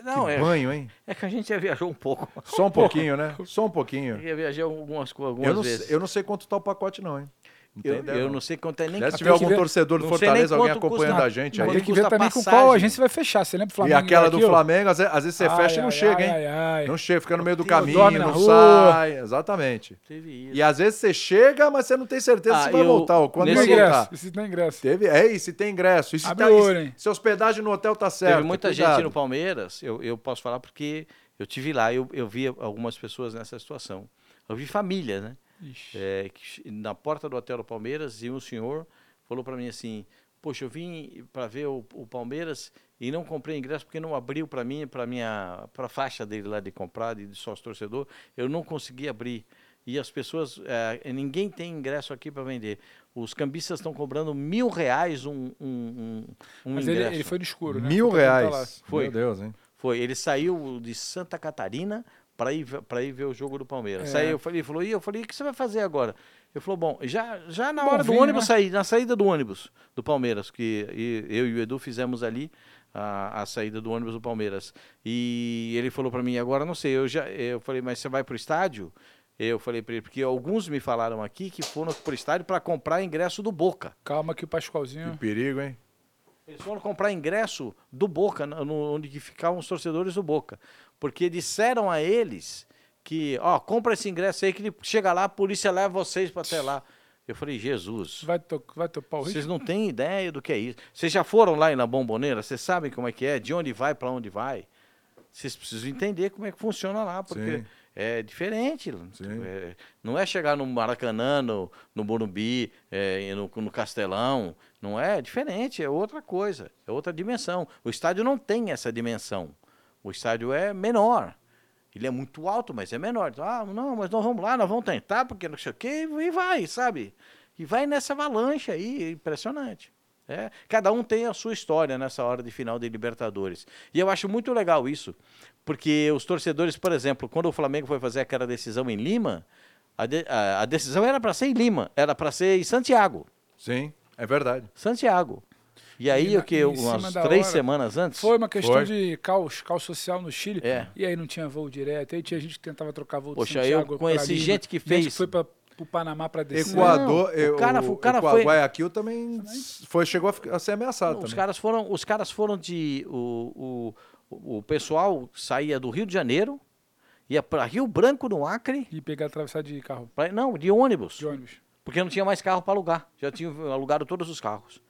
Speaker 4: Não,
Speaker 3: que
Speaker 4: é,
Speaker 3: banho, hein?
Speaker 4: é que a gente já viajou um pouco.
Speaker 3: [LAUGHS] Só um pouquinho,
Speaker 4: [LAUGHS]
Speaker 3: né? Só um pouquinho.
Speaker 4: Já viajou algumas, co- algumas
Speaker 3: Eu não,
Speaker 4: vezes.
Speaker 3: sei- eu não sei quanto tá o pacote, não, hein? Não
Speaker 4: Eu,
Speaker 3: tenho ideia,
Speaker 4: eu não sei quanto é nem.
Speaker 3: Deve
Speaker 4: que-
Speaker 3: se tiver
Speaker 2: Tem que
Speaker 3: algum
Speaker 2: ver-
Speaker 3: torcedor do
Speaker 4: não sei nem
Speaker 3: Fortaleza, alguém
Speaker 4: quanto custa
Speaker 3: acompanhando
Speaker 4: nada.
Speaker 3: a gente
Speaker 4: Não,
Speaker 3: aí.
Speaker 4: Quanto
Speaker 2: Tem que ver
Speaker 4: custa a
Speaker 2: também com qual
Speaker 4: passagem?
Speaker 2: agência vai fechar. Você lembra do
Speaker 3: E
Speaker 2: Flamengo?
Speaker 3: aquela do
Speaker 2: aqui, ó?
Speaker 3: Flamengo, às ve- às vezes você
Speaker 2: Ai,
Speaker 3: fecha e não
Speaker 2: ai,
Speaker 3: chega,
Speaker 2: ai,
Speaker 3: hein?
Speaker 2: ai.
Speaker 3: Não chega, fica no meio do
Speaker 4: Tem o
Speaker 3: caminho,
Speaker 2: dorme na
Speaker 3: não
Speaker 2: rua.
Speaker 3: sai. Exatamente.
Speaker 4: Teve isso.
Speaker 3: E é às vezes você chega, mas você não tem certeza
Speaker 4: Ah,
Speaker 3: se vai
Speaker 4: eu-
Speaker 3: voltar ou quando
Speaker 2: Não
Speaker 4: nesse-
Speaker 2: tem
Speaker 3: vai voltar.
Speaker 2: ingresso. Isso não é ingresso.
Speaker 3: Teve, é, e se tem ingresso. E se,
Speaker 2: Abre
Speaker 3: tá,
Speaker 2: o
Speaker 3: e se-
Speaker 2: olho, hein?
Speaker 3: se a hospedagem no hotel tá certo.
Speaker 4: Teve muita
Speaker 3: cuidado.
Speaker 4: gente no Palmeiras, eu, eu posso falar porque eu tive lá, eu, eu vi algumas pessoas nessa situação. Eu vi família, né?
Speaker 2: Ixi.
Speaker 4: É, que che- na porta do hotel do Palmeiras e um senhor falou para mim assim: Poxa, eu vim para ver o, o Palmeiras e não comprei ingresso porque não abriu para mim, para minha pra faixa dele lá de comprar, de sócio torcedor, eu não consegui abrir. E as pessoas, é, ninguém tem ingresso aqui para vender. Os cambistas estão cobrando mil reais um, um, um, um
Speaker 2: Mas ele,
Speaker 4: ingresso.
Speaker 2: ele foi no escuro, né?
Speaker 3: Mil
Speaker 2: Foi tentar lá.
Speaker 3: reais.
Speaker 4: tá Foi.
Speaker 3: Meu Deus, hein?
Speaker 4: Foi, ele saiu de Santa Catarina para ir, ve- pra ir ver o jogo do Palmeiras.
Speaker 2: É.
Speaker 4: Saiu, eu falei, ele falou, e eu falei, o que você vai fazer agora? Eu falou, bom, já, já na
Speaker 2: Bom
Speaker 4: hora do
Speaker 2: vinho,
Speaker 4: ônibus
Speaker 2: né?
Speaker 4: sair, na saída do ônibus do Palmeiras, que e- eu e o Edu fizemos ali a, a saída do ônibus do Palmeiras. E ele falou para mim, agora não sei, eu já, eu falei, mas você vai para o estádio? Eu falei para ele, porque alguns me falaram aqui que foram para o estádio para comprar ingresso do Boca.
Speaker 2: Calma que o Pascoalzinho.
Speaker 3: Que perigo, hein?
Speaker 4: Eles foram comprar ingresso do Boca, na- no- onde que ficavam os torcedores do Boca. Porque disseram a eles que, ó, compra esse ingresso aí que ele chega lá, a polícia leva vocês para até lá. Eu falei, Jesus,
Speaker 2: Vai, to vai topar o risco?
Speaker 4: vocês não têm ideia do que é isso. Vocês já foram lá na Bomboneira, vocês sabem como é que é, de onde vai para onde vai. Vocês precisam entender como é que funciona lá, porque
Speaker 3: Sim.
Speaker 4: é diferente.
Speaker 3: Sim.
Speaker 4: É, não é chegar no Maracanã, no, no Morumbi, é, e no, no Castelão. Não é, é diferente, é outra coisa, é outra dimensão. O estádio não tem essa dimensão. O estádio é menor. Ele é muito alto, mas é menor. Então, ah, não, mas nós vamos lá, nós vamos tentar, porque não sei o quê, e vai, sabe? E vai nessa avalanche aí, é impressionante. É, cada um tem a sua história nessa hora de final de Libertadores. E eu acho muito legal isso, porque os torcedores, por exemplo, quando o Flamengo foi fazer aquela decisão em Lima, a, de- a- a decisão era para ser em Lima, era para ser em Santiago.
Speaker 3: Sim, é verdade.
Speaker 4: Santiago. E aí,
Speaker 2: na-
Speaker 4: o que?
Speaker 2: em cima
Speaker 4: Umas
Speaker 2: da
Speaker 4: três
Speaker 2: hora.
Speaker 4: semanas antes?
Speaker 2: Foi uma questão
Speaker 3: Foi.
Speaker 2: de caos, caos social no Chile.
Speaker 4: É.
Speaker 2: E aí não tinha voo direto. Aí tinha gente que tentava trocar voo
Speaker 4: Poxa,
Speaker 2: de Santiago
Speaker 4: eu conheci
Speaker 2: pra Lima,
Speaker 4: gente que fez-
Speaker 2: que foi para o Panamá para descer.
Speaker 3: Equador,
Speaker 4: o
Speaker 3: eu-
Speaker 4: cara- o cara
Speaker 3: Equa-
Speaker 4: foi-
Speaker 3: Guayaquil também foi, chegou a, ficar- a ser ameaçado
Speaker 4: Os
Speaker 3: também.
Speaker 4: caras foram, os caras foram de o, o, o pessoal saía do Rio de Janeiro, ia para Rio Branco no Acre,
Speaker 2: E pegar atravessar de carro,
Speaker 4: pra- não, de ônibus,
Speaker 2: de ônibus.
Speaker 4: porque não tinha mais carro para alugar, já tinham alugado todos os carros.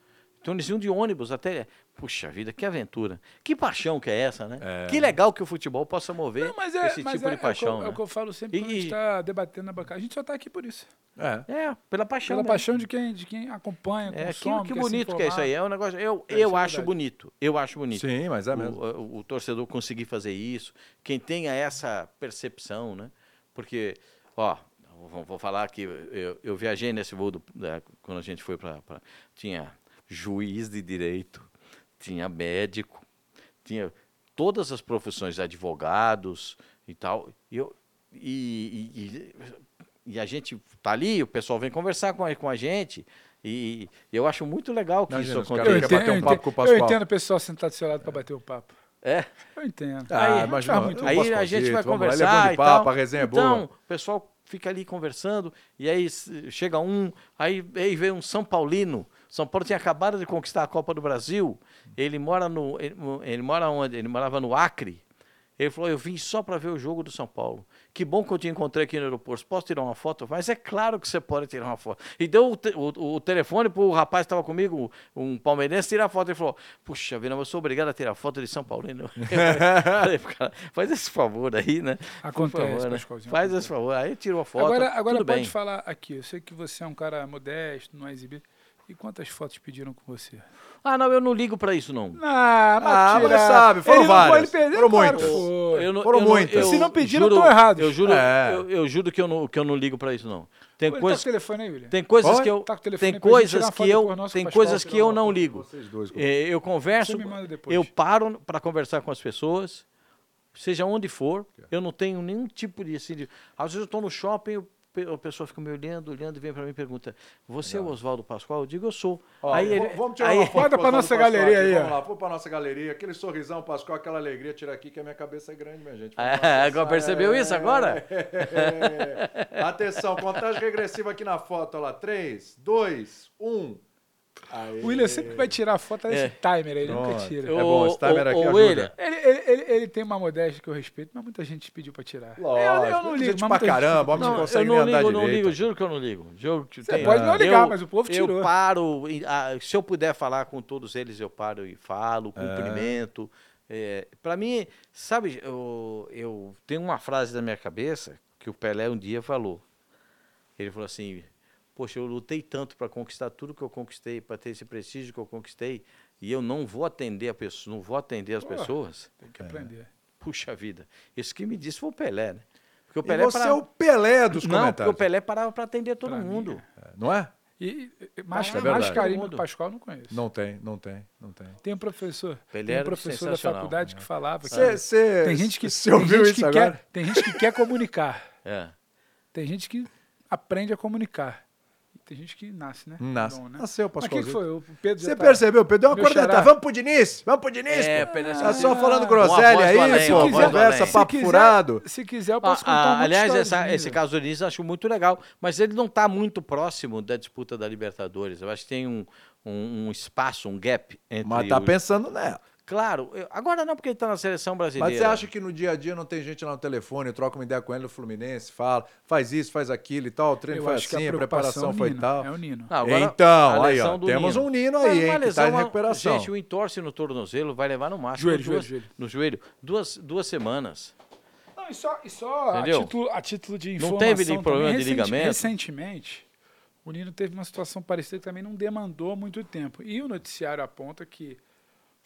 Speaker 4: Então eles iam de ônibus até, puxa vida, que aventura, que paixão que é essa, né? Que legal que o futebol possa mover
Speaker 2: Não, mas é,
Speaker 4: esse
Speaker 2: mas
Speaker 4: tipo
Speaker 2: é,
Speaker 4: de
Speaker 2: é o que eu-
Speaker 4: paixão,
Speaker 2: é o que eu falo sempre
Speaker 4: E-
Speaker 2: quando a gente
Speaker 4: e-
Speaker 2: está debatendo na bancada. A gente só está aqui por isso.
Speaker 3: É.
Speaker 4: né? É, pela paixão.
Speaker 2: Pela
Speaker 4: mesmo.
Speaker 2: paixão de quem, de quem acompanha,
Speaker 4: É, que,
Speaker 2: consome,
Speaker 4: que
Speaker 2: quer se
Speaker 4: bonito que é isso aí.
Speaker 2: informar.
Speaker 4: É um negócio. Eu,
Speaker 2: É, isso
Speaker 4: eu
Speaker 2: é
Speaker 4: acho
Speaker 2: verdade.
Speaker 4: bonito. Eu acho bonito.
Speaker 3: Sim, mas é
Speaker 4: o-
Speaker 3: mesmo.
Speaker 4: O, o torcedor conseguir fazer isso, quem tenha essa percepção, né? Porque, ó, vou, vou falar que eu, eu viajei nesse voo do- da- quando a gente foi para tinha juiz de direito, tinha médico, tinha todas as profissões, advogados e tal. E eu e, e- e- e a gente tá ali, o pessoal vem conversar com a, com a gente. E eu acho muito legal que
Speaker 3: Imagina,
Speaker 4: isso
Speaker 3: os caras
Speaker 2: Eu
Speaker 3: Quer
Speaker 4: aconteça.
Speaker 2: entendo,
Speaker 3: bater um
Speaker 2: eu
Speaker 3: papo com
Speaker 2: entendo,
Speaker 3: o
Speaker 2: eu
Speaker 3: Pascoal.
Speaker 2: entendo o pessoal sentado do seu lado para bater o papo.
Speaker 4: É.
Speaker 2: Eu entendo.
Speaker 3: Ah,
Speaker 4: Aí-
Speaker 3: mas
Speaker 2: faz
Speaker 3: não,
Speaker 2: muito-
Speaker 3: o
Speaker 4: Aí a
Speaker 3: Pascoalzito,
Speaker 4: gente vai
Speaker 3: vamos lá, ele é
Speaker 4: conversar
Speaker 3: bom de
Speaker 4: e
Speaker 3: papo,
Speaker 4: tal.
Speaker 3: a resenha é
Speaker 4: então,
Speaker 3: boa.
Speaker 4: o pessoal fica ali conversando e aí s- chega um, aí, aí vem um São Paulino. São Paulo tinha acabado de conquistar a Copa do Brasil. Ele mora no ele, mo- ele mora onde? Ele morava no Acre. Ele falou: "Eu vim só para ver o jogo do São Paulo. Que bom que eu te encontrei aqui no aeroporto. Posso tirar uma foto?" Mas é claro que você pode tirar uma foto. E deu o, te- o- o telefone pro rapaz que estava comigo, um palmeirense, tirar a foto. Ele falou: "Puxa, vida, mas eu sou obrigado a tirar foto de São Paulino." [LAUGHS] Falei pro cara, faz esse favor aí, né? Por
Speaker 2: Acontece,
Speaker 4: favor, né?
Speaker 2: Pascoalzinho,
Speaker 4: Faz esse favor. Aí tirou a foto.
Speaker 2: agora agora
Speaker 4: tudo
Speaker 2: pode
Speaker 4: bem.
Speaker 2: falar aqui. Eu sei que você é um cara modesto, não é exibido. E quantas fotos pediram com você?
Speaker 4: Ah, não, eu não ligo pra isso, não.
Speaker 2: Ah,
Speaker 3: Ah,
Speaker 2: mentira.
Speaker 3: mas sabe, foram
Speaker 2: ele não-
Speaker 3: várias.
Speaker 2: ele perdeu,
Speaker 3: Foram
Speaker 2: claro
Speaker 3: muitas.
Speaker 2: que foi.
Speaker 4: Eu não-
Speaker 3: Foram
Speaker 4: eu não-
Speaker 3: muitas.
Speaker 2: Se não pediram, tão errados.
Speaker 4: Eu juro,
Speaker 3: É.
Speaker 4: eu, eu juro que eu não, que eu não ligo pra isso, não. Tem
Speaker 2: Pô, ele tá com o
Speaker 4: coisas,
Speaker 2: telefone aí, William?
Speaker 4: tem coisas
Speaker 3: Oi?
Speaker 4: que eu,
Speaker 2: Tá com o telefone
Speaker 4: tem
Speaker 2: pra gente tirar
Speaker 4: coisas
Speaker 2: uma foto
Speaker 4: que eu,
Speaker 2: depois nossa
Speaker 4: tem
Speaker 2: pra
Speaker 4: coisas
Speaker 2: Pascoal
Speaker 4: que
Speaker 2: tirar
Speaker 4: eu
Speaker 2: uma
Speaker 4: não
Speaker 2: foto.
Speaker 4: ligo.
Speaker 3: Vocês dois.
Speaker 4: É, Eu converso,
Speaker 2: Você me manda depois.
Speaker 4: eu paro para conversar com as pessoas, seja onde for. Eu não tenho nenhum tipo de assim. de- Às vezes eu estou no shopping, o pe- a pessoa fica me olhando, olhando e vem para mim e pergunta: Você é o Oswaldo Pascoal? Eu digo: Eu sou.
Speaker 3: Ó,
Speaker 4: aí
Speaker 3: v-
Speaker 4: ele-
Speaker 3: vamos tirar
Speaker 4: aí-
Speaker 3: uma foto.
Speaker 2: Manda
Speaker 3: com
Speaker 2: pra
Speaker 3: o Oswaldo
Speaker 2: nossa
Speaker 3: Pascoal
Speaker 2: galeria
Speaker 3: aqui,
Speaker 2: aí,
Speaker 3: Vamos lá, vamos pra nossa galeria. Aquele sorrisão, Pascoal, aquela alegria, tira aqui que a minha cabeça é grande, minha
Speaker 4: [LAUGHS]
Speaker 3: gente. Vamos lá,
Speaker 4: Ah, agora percebeu isso agora?
Speaker 2: É.
Speaker 3: É. Atenção, contagem regressiva aqui na foto. Olha lá, um. 3, 2, 1.
Speaker 2: O William sempre vai tirar a foto desse
Speaker 4: É.
Speaker 2: timer aí, ele nunca
Speaker 3: Pronto.
Speaker 2: tira.
Speaker 3: É bom, esse
Speaker 4: Ô,
Speaker 3: timer
Speaker 4: ô,
Speaker 3: aqui
Speaker 4: ô,
Speaker 3: ajuda.
Speaker 4: William,
Speaker 2: Ele, ele- ele- ele tem uma modéstia que eu respeito, mas muita gente pediu pra tirar. É, Eu- eu, não ligo,
Speaker 3: gente
Speaker 2: mas
Speaker 3: pra
Speaker 2: muita
Speaker 3: caramba, homem não
Speaker 4: Não,
Speaker 3: consegue
Speaker 4: eu
Speaker 3: nem
Speaker 4: não
Speaker 3: andar
Speaker 4: ligo, não
Speaker 3: direito.
Speaker 4: ligo, juro que eu não ligo. Juro que ah,
Speaker 2: Você pode não ligar, mas o povo
Speaker 4: Eu
Speaker 2: tirou.
Speaker 4: paro, e, ah, se eu puder falar com todos eles, eu paro e falo, cumprimento. É, para mim, sabe, eu, eu tenho uma frase na minha cabeça que o Pelé um dia falou. Ele falou assim: Poxa, eu lutei tanto para conquistar tudo que eu conquistei, para ter esse prestígio que eu conquistei, e eu não vou atender a pessoa, não vou atender as
Speaker 2: Pô.
Speaker 4: pessoas.
Speaker 2: Tem que aprender.
Speaker 4: Puxa vida, isso que me disse foi o Pelé, né? Porque o
Speaker 3: E você
Speaker 4: para-
Speaker 3: é o Pelé dos
Speaker 4: não, porque o
Speaker 3: comentários.
Speaker 4: Pelé parava para atender todo
Speaker 2: Pra mim,
Speaker 4: mundo.
Speaker 3: É, Não é?
Speaker 2: E, e- mais,
Speaker 3: Acho que é
Speaker 2: mais
Speaker 3: verdade.
Speaker 2: carinho
Speaker 4: Todo
Speaker 2: do
Speaker 4: mundo.
Speaker 2: Pascoal eu não conheço.
Speaker 3: Não tem, não tem, não tem.
Speaker 2: Tem um professor,
Speaker 4: Ele
Speaker 2: tem um
Speaker 4: era
Speaker 2: professor da
Speaker 4: sensacional. É.
Speaker 2: faculdade que falava.
Speaker 3: Cê,
Speaker 2: que-
Speaker 3: cê,
Speaker 2: tem gente que,
Speaker 3: Você
Speaker 2: tem
Speaker 3: ouviu
Speaker 2: gente
Speaker 3: isso
Speaker 2: que
Speaker 3: agora?
Speaker 2: Quer, tem gente que quer comunicar.
Speaker 4: É.
Speaker 2: Tem gente que aprende a comunicar. E tem gente que nasce, né?
Speaker 3: Nasce.
Speaker 2: Dom, né?
Speaker 3: Nasceu,
Speaker 2: Mas quem
Speaker 3: Pascoal.
Speaker 2: que foi? O Pedro já
Speaker 3: Você
Speaker 2: tá-
Speaker 3: percebeu, Pedro? Deu uma
Speaker 2: Meu xará.
Speaker 3: cornetada. Vamos pro Diniz? Vamos pro Diniz?
Speaker 4: É,
Speaker 3: pô?
Speaker 4: Pedro,
Speaker 3: Tá
Speaker 4: essa-
Speaker 3: só falando
Speaker 4: Uma
Speaker 3: groselha
Speaker 4: voz
Speaker 3: aí,
Speaker 4: do além,
Speaker 3: pô,
Speaker 4: uma voz do
Speaker 3: conversa,
Speaker 4: além.
Speaker 2: Se
Speaker 3: papo
Speaker 2: quiser-
Speaker 3: furado.
Speaker 2: Se quiser, eu
Speaker 4: Ah,
Speaker 2: posso contar um
Speaker 4: ah,
Speaker 2: uma
Speaker 4: aliás, essa- esse caso do Diniz eu acho muito legal, mas ele não está muito próximo da disputa da Libertadores. Eu acho que tem um, um- um espaço, um gap entre.
Speaker 3: Mas tá
Speaker 4: os-
Speaker 3: pensando nela.
Speaker 4: Claro, eu- agora não porque ele está na seleção brasileira.
Speaker 3: Mas você acha que no dia a dia não tem gente lá no telefone, troca uma ideia com ele no Fluminense, fala, faz isso, faz aquilo e tal, o treino
Speaker 2: Eu
Speaker 3: foi
Speaker 2: acho que a
Speaker 3: assim, a
Speaker 2: preocupação é
Speaker 3: preparação
Speaker 2: o
Speaker 3: foi
Speaker 2: Nino,
Speaker 3: tal.
Speaker 2: É o Nino.
Speaker 4: Não, agora,
Speaker 3: então,
Speaker 4: a
Speaker 3: aí,
Speaker 4: lesão
Speaker 3: ó,
Speaker 4: do
Speaker 3: temos
Speaker 4: Nino.
Speaker 3: um Nino
Speaker 4: Mas
Speaker 3: aí,
Speaker 4: uma
Speaker 3: hein, que
Speaker 4: lesão,
Speaker 3: tá em
Speaker 4: uma-
Speaker 3: recuperação.
Speaker 4: Gente, o entorce no tornozelo vai levar no máximo
Speaker 2: Joelho,
Speaker 4: duas,
Speaker 2: joelho, joelho.
Speaker 4: no joelho duas, duas semanas.
Speaker 2: Não, e só, e só a,
Speaker 4: Entendeu?
Speaker 2: título, a título de
Speaker 4: Não
Speaker 2: informação.
Speaker 4: teve
Speaker 2: também,
Speaker 4: problema de
Speaker 2: recenti-
Speaker 4: ligamento?
Speaker 2: Recentemente, o Nino teve uma situação parecida que também não demandou muito tempo. E o noticiário aponta que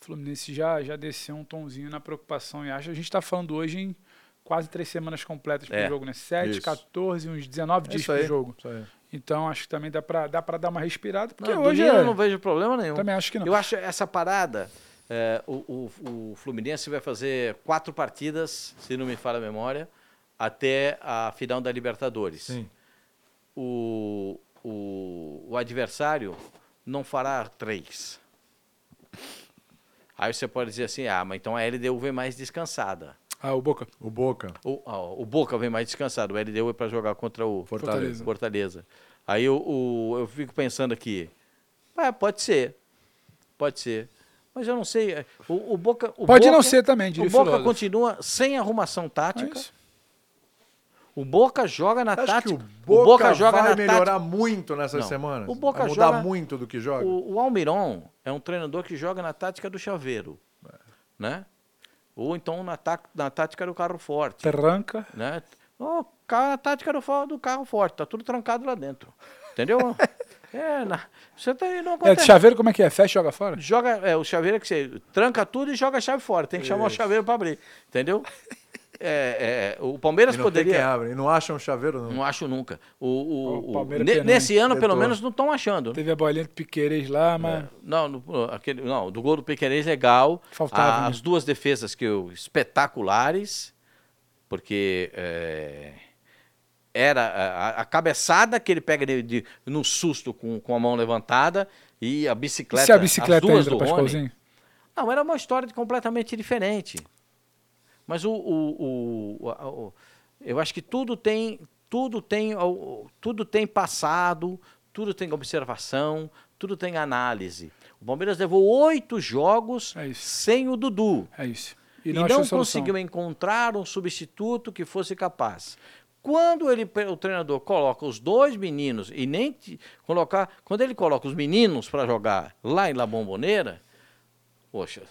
Speaker 2: o Fluminense já, já desceu um tonzinho na preocupação e acha. A gente está falando hoje em quase três semanas completas para o
Speaker 4: É,
Speaker 2: jogo, né? 7,
Speaker 3: isso.
Speaker 2: 14, uns 19
Speaker 3: É
Speaker 2: dias
Speaker 3: isso
Speaker 2: para
Speaker 3: aí,
Speaker 2: jogo.
Speaker 3: isso aí.
Speaker 2: Então acho que também dá para dá pra dar uma respirada, porque
Speaker 4: Não, do
Speaker 2: hoje.
Speaker 4: Nino
Speaker 2: é-
Speaker 4: eu não vejo problema nenhum.
Speaker 2: Também acho que não.
Speaker 4: Eu acho essa parada. é, o, o- o Fluminense vai fazer quatro partidas, se não me falha a memória, até a final da Libertadores.
Speaker 3: Sim.
Speaker 4: O, o- o adversário não fará três. Aí você pode dizer assim: ah, mas então a LDU vem mais descansada.
Speaker 2: Ah, o Boca.
Speaker 3: O Boca.
Speaker 4: O, ah, o Boca vem mais descansado. O LDU é para jogar contra o
Speaker 3: Fortaleza.
Speaker 4: Fortaleza. Aí eu, o- eu fico pensando aqui. ah, pode ser. Pode ser. Mas eu não sei. é, O, o Boca. o
Speaker 2: Pode não
Speaker 4: Boca-
Speaker 2: ser também, diria
Speaker 4: O
Speaker 2: o
Speaker 4: Boca
Speaker 2: filósofo.
Speaker 4: continua sem arrumação tática.
Speaker 2: É isso.
Speaker 4: o Boca joga na
Speaker 3: Acho que
Speaker 4: tática.
Speaker 3: o Boca,
Speaker 4: joga
Speaker 3: vai
Speaker 4: na
Speaker 3: melhorar
Speaker 4: tática.
Speaker 3: muito nessas
Speaker 4: Não.
Speaker 3: semanas.
Speaker 4: O Boca
Speaker 3: vai mudar
Speaker 4: joga-
Speaker 3: muito do que joga.
Speaker 4: O, o Almiron é um treinador que joga na tática do chaveiro. Né? Ou então na, tá- na tática do carro forte.
Speaker 2: Tranca.
Speaker 4: né? Ó, ca- a tática do, fo- do carro forte, tá tudo trancado lá dentro.
Speaker 2: [LAUGHS]
Speaker 4: Entendeu? é, na, você tá, não
Speaker 2: É,
Speaker 4: acontece.
Speaker 2: chaveiro como é que é? Fecha e joga fora?
Speaker 4: joga, é, o chaveiro é que você tranca tudo e joga a chave fora. Tem que chamar o chaveiro para abrir. Entendeu? É, é, o Palmeiras
Speaker 3: E não tem quem
Speaker 4: poderia.
Speaker 3: abre, e não acham um chaveiro, não.
Speaker 4: Não acho nunca. O, o-
Speaker 2: O
Speaker 4: o-
Speaker 2: Palmeiras um
Speaker 4: ne-
Speaker 2: penando,
Speaker 4: nesse ano, pelo
Speaker 3: tentou.
Speaker 4: menos, não estão achando. né?
Speaker 2: Teve a bolinha do Piqueires lá, mas.
Speaker 4: É. Não, no- no- aquele, não, do gol do Piquerez legal.
Speaker 2: Faltava,
Speaker 4: A-
Speaker 2: né?
Speaker 4: As duas defesas que eu, espetaculares, porque é, era a, a- a cabeçada que ele pega de- de- no susto com, com a mão levantada e a bicicleta.
Speaker 2: Se a bicicleta
Speaker 4: as duas
Speaker 2: entra,
Speaker 4: do Rony.
Speaker 2: Pascoalzinho?
Speaker 4: Não, era uma história de- completamente diferente. Mas o, o- o- a- o- eu acho que tudo tem tudo tem ao- tudo tem passado, tudo tem observação, tudo tem análise. O Palmeiras levou oito jogos
Speaker 2: É isso.
Speaker 4: sem o Dudu
Speaker 2: É isso.
Speaker 4: e
Speaker 2: não,
Speaker 4: não,
Speaker 2: achou solução.
Speaker 4: conseguiu encontrar um substituto que fosse capaz. Quando ele, o treinador coloca os dois meninos e nem te- colocar, quando ele coloca os meninos para jogar lá em La Bombonera, poxa,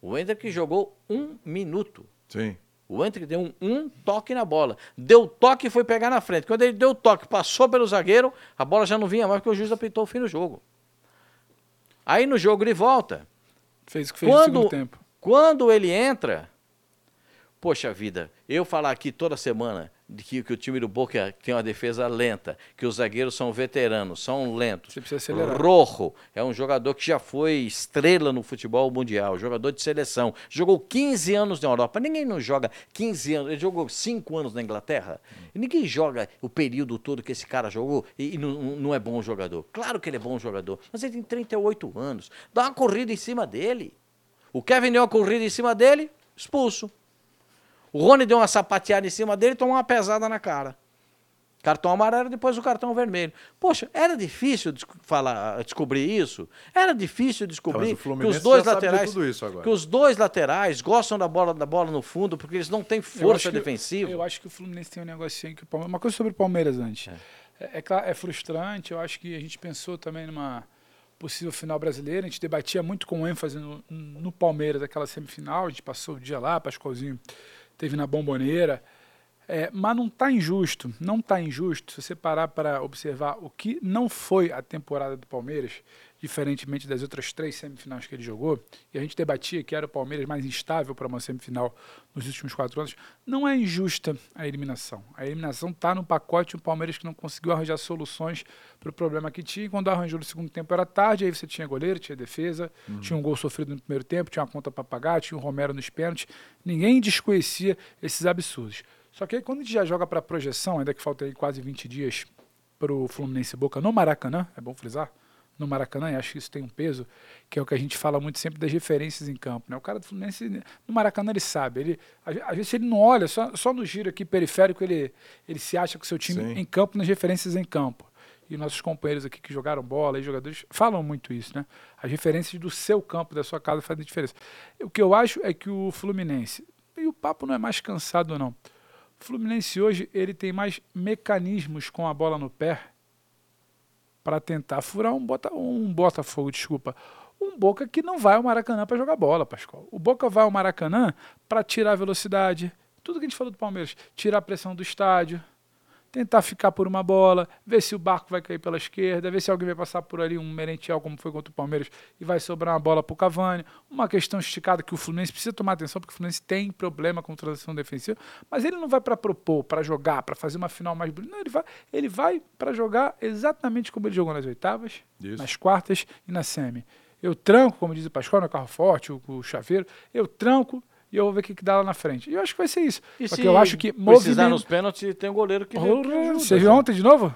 Speaker 4: o Ender que jogou um minuto.
Speaker 3: Sim.
Speaker 4: O Ender que deu um, um toque na bola. Deu toque e foi pegar na frente. Quando ele deu toque, passou pelo zagueiro, a bola já não vinha mais porque o juiz apitou o fim do jogo. Aí no jogo ele volta.
Speaker 2: Fez o que fez no
Speaker 4: Quando-
Speaker 2: segundo tempo.
Speaker 4: Quando ele entra, poxa vida, eu falar aqui toda semana de que, que o time do Boca tem uma defesa lenta, que os zagueiros são veteranos, são lentos.
Speaker 2: Você precisa acelerar.
Speaker 4: Rojo é um jogador que já foi estrela no futebol mundial, jogador de seleção. Jogou 15 anos na Europa. Ninguém não joga 15 anos. Ele jogou 5 anos na Inglaterra.
Speaker 2: Hum.
Speaker 4: E Ninguém joga o período todo que esse cara jogou e, e não, não é bom jogador. Claro que ele é bom jogador, mas ele tem 38 anos. Dá uma corrida em cima dele. O Kevin deu uma corrida em cima dele, expulso. O Rony deu uma sapateada em cima dele e tomou uma pesada na cara. Cartão amarelo, depois o cartão vermelho. Poxa, era difícil desco- falar, descobrir isso? Era difícil descobrir
Speaker 3: o
Speaker 4: que
Speaker 3: Fluminense
Speaker 4: os dois
Speaker 3: já sabe de
Speaker 4: laterais.
Speaker 3: tudo isso agora.
Speaker 4: Que os dois laterais gostam da bola, da bola no fundo, porque eles não têm
Speaker 2: Eu acho
Speaker 4: força
Speaker 2: que-
Speaker 4: defensiva.
Speaker 2: Eu acho que o Fluminense tem um negocinho que o Palmeiras. Uma coisa sobre o Palmeiras antes. É, é claro, é frustrante. Eu acho que a gente pensou também numa possível final brasileira. A gente debatia muito com ênfase no, no Palmeiras, aquela semifinal. A gente passou o dia lá, Pascoalzinho teve na bomboneira. É, mas não está injusto, não está injusto se você parar para observar o que não foi a temporada do Palmeiras, diferentemente das outras três semifinais que ele jogou, e a gente debatia que era o Palmeiras mais instável para uma semifinal nos últimos quatro anos, não é injusta a eliminação. A eliminação está no pacote um Palmeiras que não conseguiu arranjar soluções para o problema que tinha, e quando arranjou no segundo tempo era tarde, aí você tinha goleiro, tinha defesa, tinha um gol sofrido no primeiro tempo, tinha uma conta para pagar, tinha o Romero nos pênaltis, ninguém desconhecia esses absurdos. Só que aí quando a gente já joga para projeção, ainda que falta aí quase 20 dias para o Fluminense e Boca no Maracanã, é bom frisar, no Maracanã, e acho que isso tem um peso, que é o que a gente fala muito sempre das referências em campo. Né? O cara do Fluminense, no Maracanã, ele sabe. Ele, às ve- às vezes ele não olha, só, só no giro aqui periférico ele, ele se acha com o seu time
Speaker 3: Sim.
Speaker 2: em campo, nas referências em campo. E nossos companheiros aqui que jogaram bola e jogadores falam muito isso, né? As referências do seu campo, da sua casa, fazem diferença. O que eu acho é que o Fluminense, e o papo não é mais cansado, não. O Fluminense hoje ele tem mais mecanismos com a bola no pé para tentar furar um, bota, um Botafogo, desculpa. Um Boca que não vai ao Maracanã para jogar bola, Pascoal. O Boca vai ao Maracanã para tirar a velocidade. Tudo que a gente falou do Palmeiras. Tirar a pressão do estádio. Tentar ficar por uma bola. Ver se o barco vai cair pela esquerda. Ver se alguém vai passar por ali, um Merentiel, como foi contra o Palmeiras, e vai sobrar uma bola para o Cavani. Uma questão esticada que o Fluminense precisa tomar atenção, porque o Fluminense tem problema com transição defensiva. Mas ele não vai para propor, para jogar, para fazer uma final mais bonita. Não, ele vai, ele vai para jogar exatamente como ele jogou nas oitavas,
Speaker 3: Isso.
Speaker 2: nas quartas e na semi. Eu tranco, como diz o Pascoal, no carro forte, o, o chaveiro, eu tranco e eu vou ver o que, que dá lá na frente. E eu acho que vai ser isso.
Speaker 4: E
Speaker 2: Porque
Speaker 4: se
Speaker 2: eu acho que
Speaker 4: precisar
Speaker 2: movimento-
Speaker 4: nos pênaltis, tem um goleiro que. que
Speaker 2: Porra,
Speaker 4: ajuda,
Speaker 2: Você viu
Speaker 4: né?
Speaker 2: ontem de novo?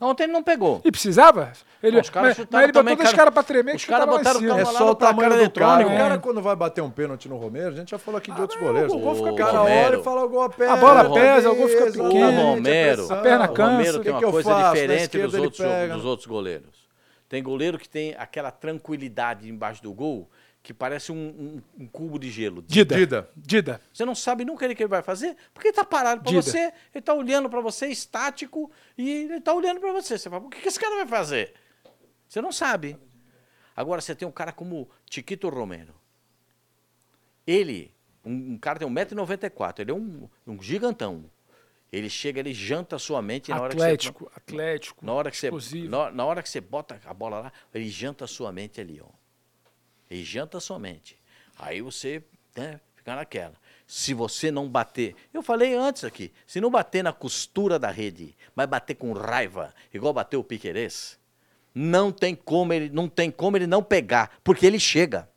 Speaker 4: Ontem ele não pegou.
Speaker 2: E precisava? Ele,
Speaker 4: Os caras
Speaker 2: mas- mas,
Speaker 4: chutaram
Speaker 2: ele botou
Speaker 4: também,
Speaker 2: dois
Speaker 4: cara.
Speaker 2: caras pra tremer,
Speaker 4: Os
Speaker 2: que
Speaker 4: caras
Speaker 2: chutaram lá em
Speaker 4: botaram
Speaker 2: cima.
Speaker 3: É
Speaker 4: Tava lá
Speaker 3: só
Speaker 4: no
Speaker 3: o tamanho
Speaker 4: placar
Speaker 3: do cara. O
Speaker 4: eletrônico.
Speaker 3: cara, quando vai bater um pênalti no Romero, a gente já falou aqui de outros goleiros.
Speaker 2: o gol fica
Speaker 3: Ah, o cara
Speaker 4: caro.
Speaker 3: olha e fala o gol é pesa.
Speaker 2: A bola
Speaker 4: pesa,
Speaker 2: o gol fica
Speaker 3: exatamente,
Speaker 2: pequeno.
Speaker 3: Tá a
Speaker 4: Romero,
Speaker 3: pressão.
Speaker 2: a perna
Speaker 4: o
Speaker 2: cansa.
Speaker 4: Romero
Speaker 2: O
Speaker 3: que é
Speaker 4: tem uma
Speaker 3: que eu
Speaker 4: coisa
Speaker 3: faço? Na
Speaker 4: diferente
Speaker 3: esquerda
Speaker 4: dos
Speaker 3: ele
Speaker 4: outros, jo-
Speaker 3: pega.
Speaker 4: dos outros goleiros. Tem goleiro que tem aquela tranquilidade embaixo do gol que parece um, um- um cubo de gelo.
Speaker 2: Dida.
Speaker 3: Dida.
Speaker 2: Dida.
Speaker 4: Você não sabe nunca ele que ele vai fazer, porque ele tá parado pra
Speaker 2: Dida.
Speaker 4: você, ele tá olhando pra você, estático, e ele tá olhando pra você. Você fala, o que, que esse cara vai fazer? Você não sabe. Agora você tem um cara como Tiquito Romero. Ele, um, um cara tem 1,94m, ele é um, um gigantão. Ele chega, ele janta a sua mente na hora que você
Speaker 2: Atlético, Atlético.
Speaker 4: na hora que você,
Speaker 2: explosivo.
Speaker 4: na, na hora que você bota a bola lá, ele janta a sua mente ali, ó. Ele janta a sua mente. Aí você né, fica naquela. Se você não bater, eu falei antes aqui, se não bater na costura da rede, mas bater com raiva, igual bateu o Piquerez, não tem como ele, não tem como ele não pegar, porque ele chega.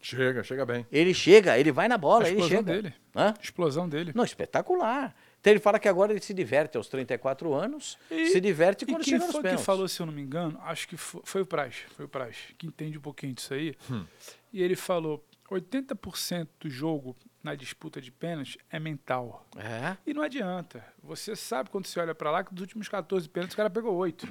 Speaker 3: Chega, chega bem.
Speaker 4: Ele chega, ele vai na bola,
Speaker 2: A
Speaker 4: ele
Speaker 2: explosão
Speaker 4: chega.
Speaker 2: dele.
Speaker 4: Hã?
Speaker 2: Explosão dele.
Speaker 4: Não, espetacular. Então ele fala que agora ele se diverte aos 34 anos,
Speaker 2: E-
Speaker 4: se diverte
Speaker 2: E
Speaker 4: quando
Speaker 2: quem
Speaker 4: chega nos
Speaker 2: foi que
Speaker 4: pênaltis.
Speaker 2: falou, se eu não me engano, acho que fo- foi, o Praz, foi o Praz, que entende um pouquinho disso aí. E ele falou, 80% do jogo na disputa de pênaltis é mental.
Speaker 4: É.
Speaker 2: E não adianta. Você sabe quando você olha pra lá que dos últimos 14 pênaltis o cara pegou 8.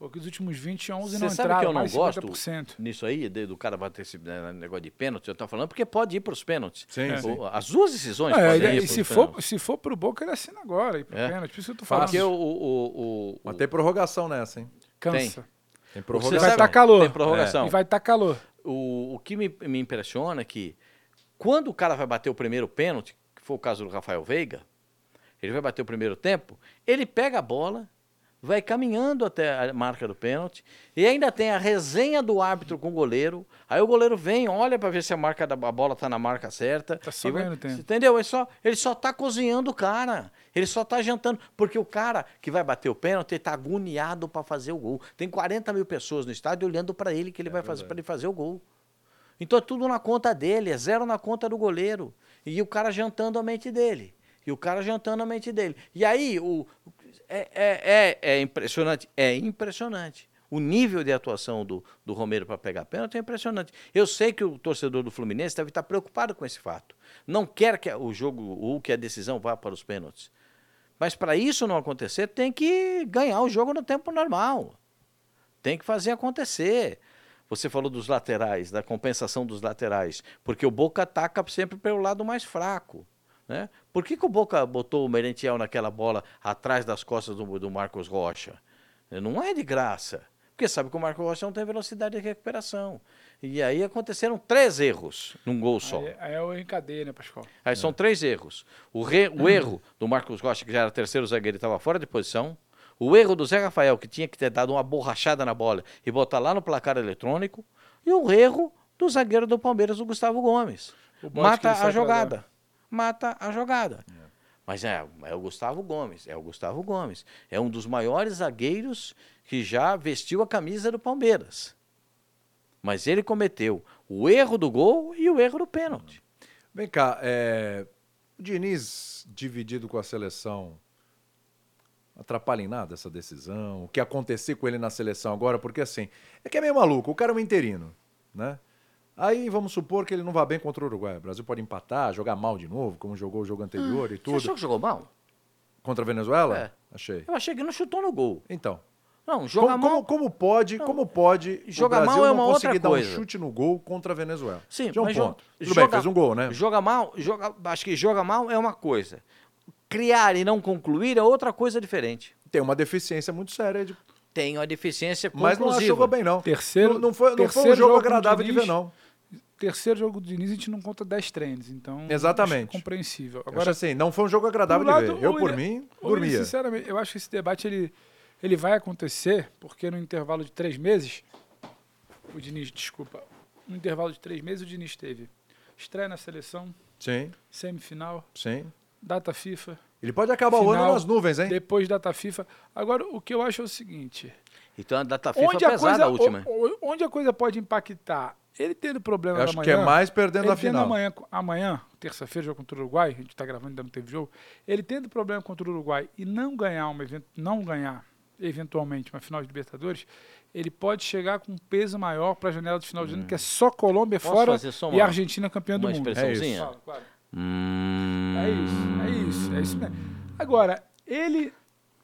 Speaker 2: Ou que dos últimos 20, 11 não
Speaker 4: Você sabe
Speaker 2: entraram,
Speaker 4: que eu não
Speaker 2: mais
Speaker 4: gosto
Speaker 2: 50%.
Speaker 4: nisso aí, de- do cara bater esse né, negócio de pênalti, eu tô falando, porque pode ir para os pênaltis.
Speaker 3: Sim,
Speaker 4: O-
Speaker 3: sim.
Speaker 4: As duas decisões
Speaker 2: É,
Speaker 4: podem
Speaker 2: ele-
Speaker 4: ir
Speaker 2: e
Speaker 4: pros
Speaker 2: se
Speaker 4: pênaltis.
Speaker 2: for, se for pro Boca, ele assina agora, e pro
Speaker 4: É.
Speaker 2: pênalti. Por isso que eu tô falando.
Speaker 4: Porque o... o, o, o
Speaker 3: Mas tem prorrogação nessa, hein?
Speaker 2: Cansa.
Speaker 3: Tem
Speaker 4: Você
Speaker 2: Vai
Speaker 3: prorrogação.
Speaker 4: sabe-
Speaker 2: tá calor.
Speaker 4: Tem prorrogação.
Speaker 2: E vai estar calor.
Speaker 4: O, o que me, me impressiona é que quando o cara vai bater o primeiro pênalti, que foi o caso do Rafael Veiga, ele vai bater o primeiro tempo, ele pega a bola, vai caminhando até a marca do pênalti. E ainda tem a resenha do árbitro com o goleiro. Aí o goleiro vem, olha para ver se a marca da a bola tá na marca certa.
Speaker 2: Tá só
Speaker 4: E vai-
Speaker 2: ganhando tempo.
Speaker 4: Entendeu? Ele só, ele só tá cozinhando o cara. Ele só tá jantando. Porque o cara que vai bater o pênalti, ele tá agoniado para fazer o gol. Tem 40 mil pessoas no estádio olhando para ele que ele vai fazer para ele fazer o gol. Então é tudo na conta dele, é zero na conta do goleiro. E o cara jantando a mente dele. E o cara jantando a mente dele. E aí, o, é, é- é- é impressionante. É impressionante. O nível de atuação do, do Romero para pegar pênalti é impressionante. Eu sei que o torcedor do Fluminense deve estar preocupado com esse fato. Não quer que o jogo ou que a decisão vá para os pênaltis. Mas para isso não acontecer, tem que ganhar o jogo no tempo normal. Tem que fazer acontecer. Você falou dos laterais, da compensação dos laterais, porque o Boca ataca sempre pelo lado mais fraco. Né? Por que, que o Boca botou o Merentiel naquela bola atrás das costas do, do Marcos Rocha? Não é de graça, porque sabe que o Marcos Rocha não tem velocidade de recuperação. E aí aconteceram três erros num gol só.
Speaker 2: Aí, aí é o encadeia, né, Pascoal?
Speaker 4: Aí são três erros. O, re-
Speaker 2: Uhum.
Speaker 4: o erro do Marcos Rocha, que já era terceiro zagueiro e estava fora de posição. O erro do Zé Rafael, que tinha que ter dado uma borrachada na bola e botar lá no placar eletrônico. E o erro do zagueiro do Palmeiras, o Gustavo Gomes.
Speaker 2: O bote que
Speaker 4: Mata
Speaker 2: ele sai
Speaker 4: a
Speaker 2: pra
Speaker 4: jogada. Mata a jogada. Mas é, é o Gustavo Gomes, é o Gustavo Gomes. É um dos maiores zagueiros que já vestiu a camisa do Palmeiras. Mas ele cometeu o erro do gol e o erro do pênalti.
Speaker 3: Vem cá, é, o Diniz dividido com a seleção atrapalha em nada essa decisão? O que acontecer com ele na seleção agora? Porque assim, é que é meio maluco, o cara é um interino, né? Aí vamos supor que ele não vá bem contra o Uruguai. O Brasil pode empatar, jogar mal de novo, como jogou o jogo anterior e
Speaker 4: Ah, Você
Speaker 3: tudo.
Speaker 4: achou que jogou mal?
Speaker 3: Contra a Venezuela?
Speaker 4: É.
Speaker 3: Achei.
Speaker 4: Eu achei que não chutou no gol.
Speaker 3: Então,
Speaker 4: Não,
Speaker 3: como,
Speaker 4: joga mal.
Speaker 3: como- como pode, como pode
Speaker 4: Jogar
Speaker 3: o Brasil
Speaker 4: mal é
Speaker 3: não
Speaker 4: uma outra
Speaker 3: conseguir dar
Speaker 4: coisa.
Speaker 3: um chute no gol contra a Venezuela?
Speaker 4: Sim,
Speaker 3: Já é um
Speaker 4: mas
Speaker 3: ponto.
Speaker 4: joga-
Speaker 3: Tudo bem,
Speaker 4: joga-
Speaker 3: fez um gol, né?
Speaker 4: Joga mal, joga, acho que joga mal é uma coisa. Criar e não concluir é outra coisa diferente.
Speaker 3: Tem uma deficiência muito séria de
Speaker 4: Tem uma deficiência
Speaker 3: Mas não
Speaker 4: conclusiva.
Speaker 3: jogou bem, não.
Speaker 2: Terceiro-
Speaker 3: não, não foi, não foi
Speaker 2: terceiro
Speaker 3: um jogo
Speaker 2: jogo do
Speaker 3: agradável de
Speaker 2: Diniz.
Speaker 3: ver, não.
Speaker 2: Terceiro jogo do Diniz, a gente não conta 10 trends, então.
Speaker 3: Exatamente.
Speaker 2: acho compreensível.
Speaker 3: Agora,
Speaker 2: Agora,
Speaker 3: assim, não foi um jogo
Speaker 2: por
Speaker 3: agradável
Speaker 2: um
Speaker 3: de
Speaker 2: lado,
Speaker 3: ver. Eu,
Speaker 2: ou
Speaker 3: por
Speaker 2: ele-
Speaker 3: mim,
Speaker 2: ou ele,
Speaker 3: dormia.
Speaker 2: sinceramente, eu acho que esse debate ele, ele vai acontecer, porque no intervalo de três meses, o Diniz, desculpa, no intervalo de três meses o Diniz teve estreia na seleção,
Speaker 3: Sim,
Speaker 2: semifinal,
Speaker 3: sim.
Speaker 2: data FIFA,
Speaker 3: Ele pode acabar o ano
Speaker 2: Final,
Speaker 3: nas nuvens, hein?
Speaker 2: depois data FIFA. Agora, o que eu acho é o seguinte,
Speaker 4: Então a data FIFA
Speaker 2: onde,
Speaker 4: é
Speaker 2: a
Speaker 4: pesada
Speaker 2: coisa,
Speaker 4: a última.
Speaker 2: o- o- onde a coisa pode impactar, ele tendo problema
Speaker 3: Eu acho
Speaker 2: da
Speaker 3: que é
Speaker 2: manhã,
Speaker 3: mais perdendo a
Speaker 2: ele tendo
Speaker 3: final.
Speaker 2: Amanhã, amanhã terça-feira, jogo contra o Uruguai, a gente está gravando, ainda não teve jogo. Ele tendo problema contra o Uruguai e não ganhar uma event- não ganhar eventualmente uma final de Libertadores, ele pode chegar com um peso maior para a janela de final de
Speaker 3: Hum.
Speaker 2: ano, que é só Colômbia
Speaker 4: Posso
Speaker 2: fora
Speaker 4: fazer só
Speaker 2: e
Speaker 4: uma-
Speaker 2: a Argentina campeã do
Speaker 3: é
Speaker 4: uma
Speaker 2: mundo.
Speaker 4: expressãozinha?
Speaker 2: Fala, claro.
Speaker 4: Hum,
Speaker 2: É isso, é isso, é isso mesmo. Agora, ele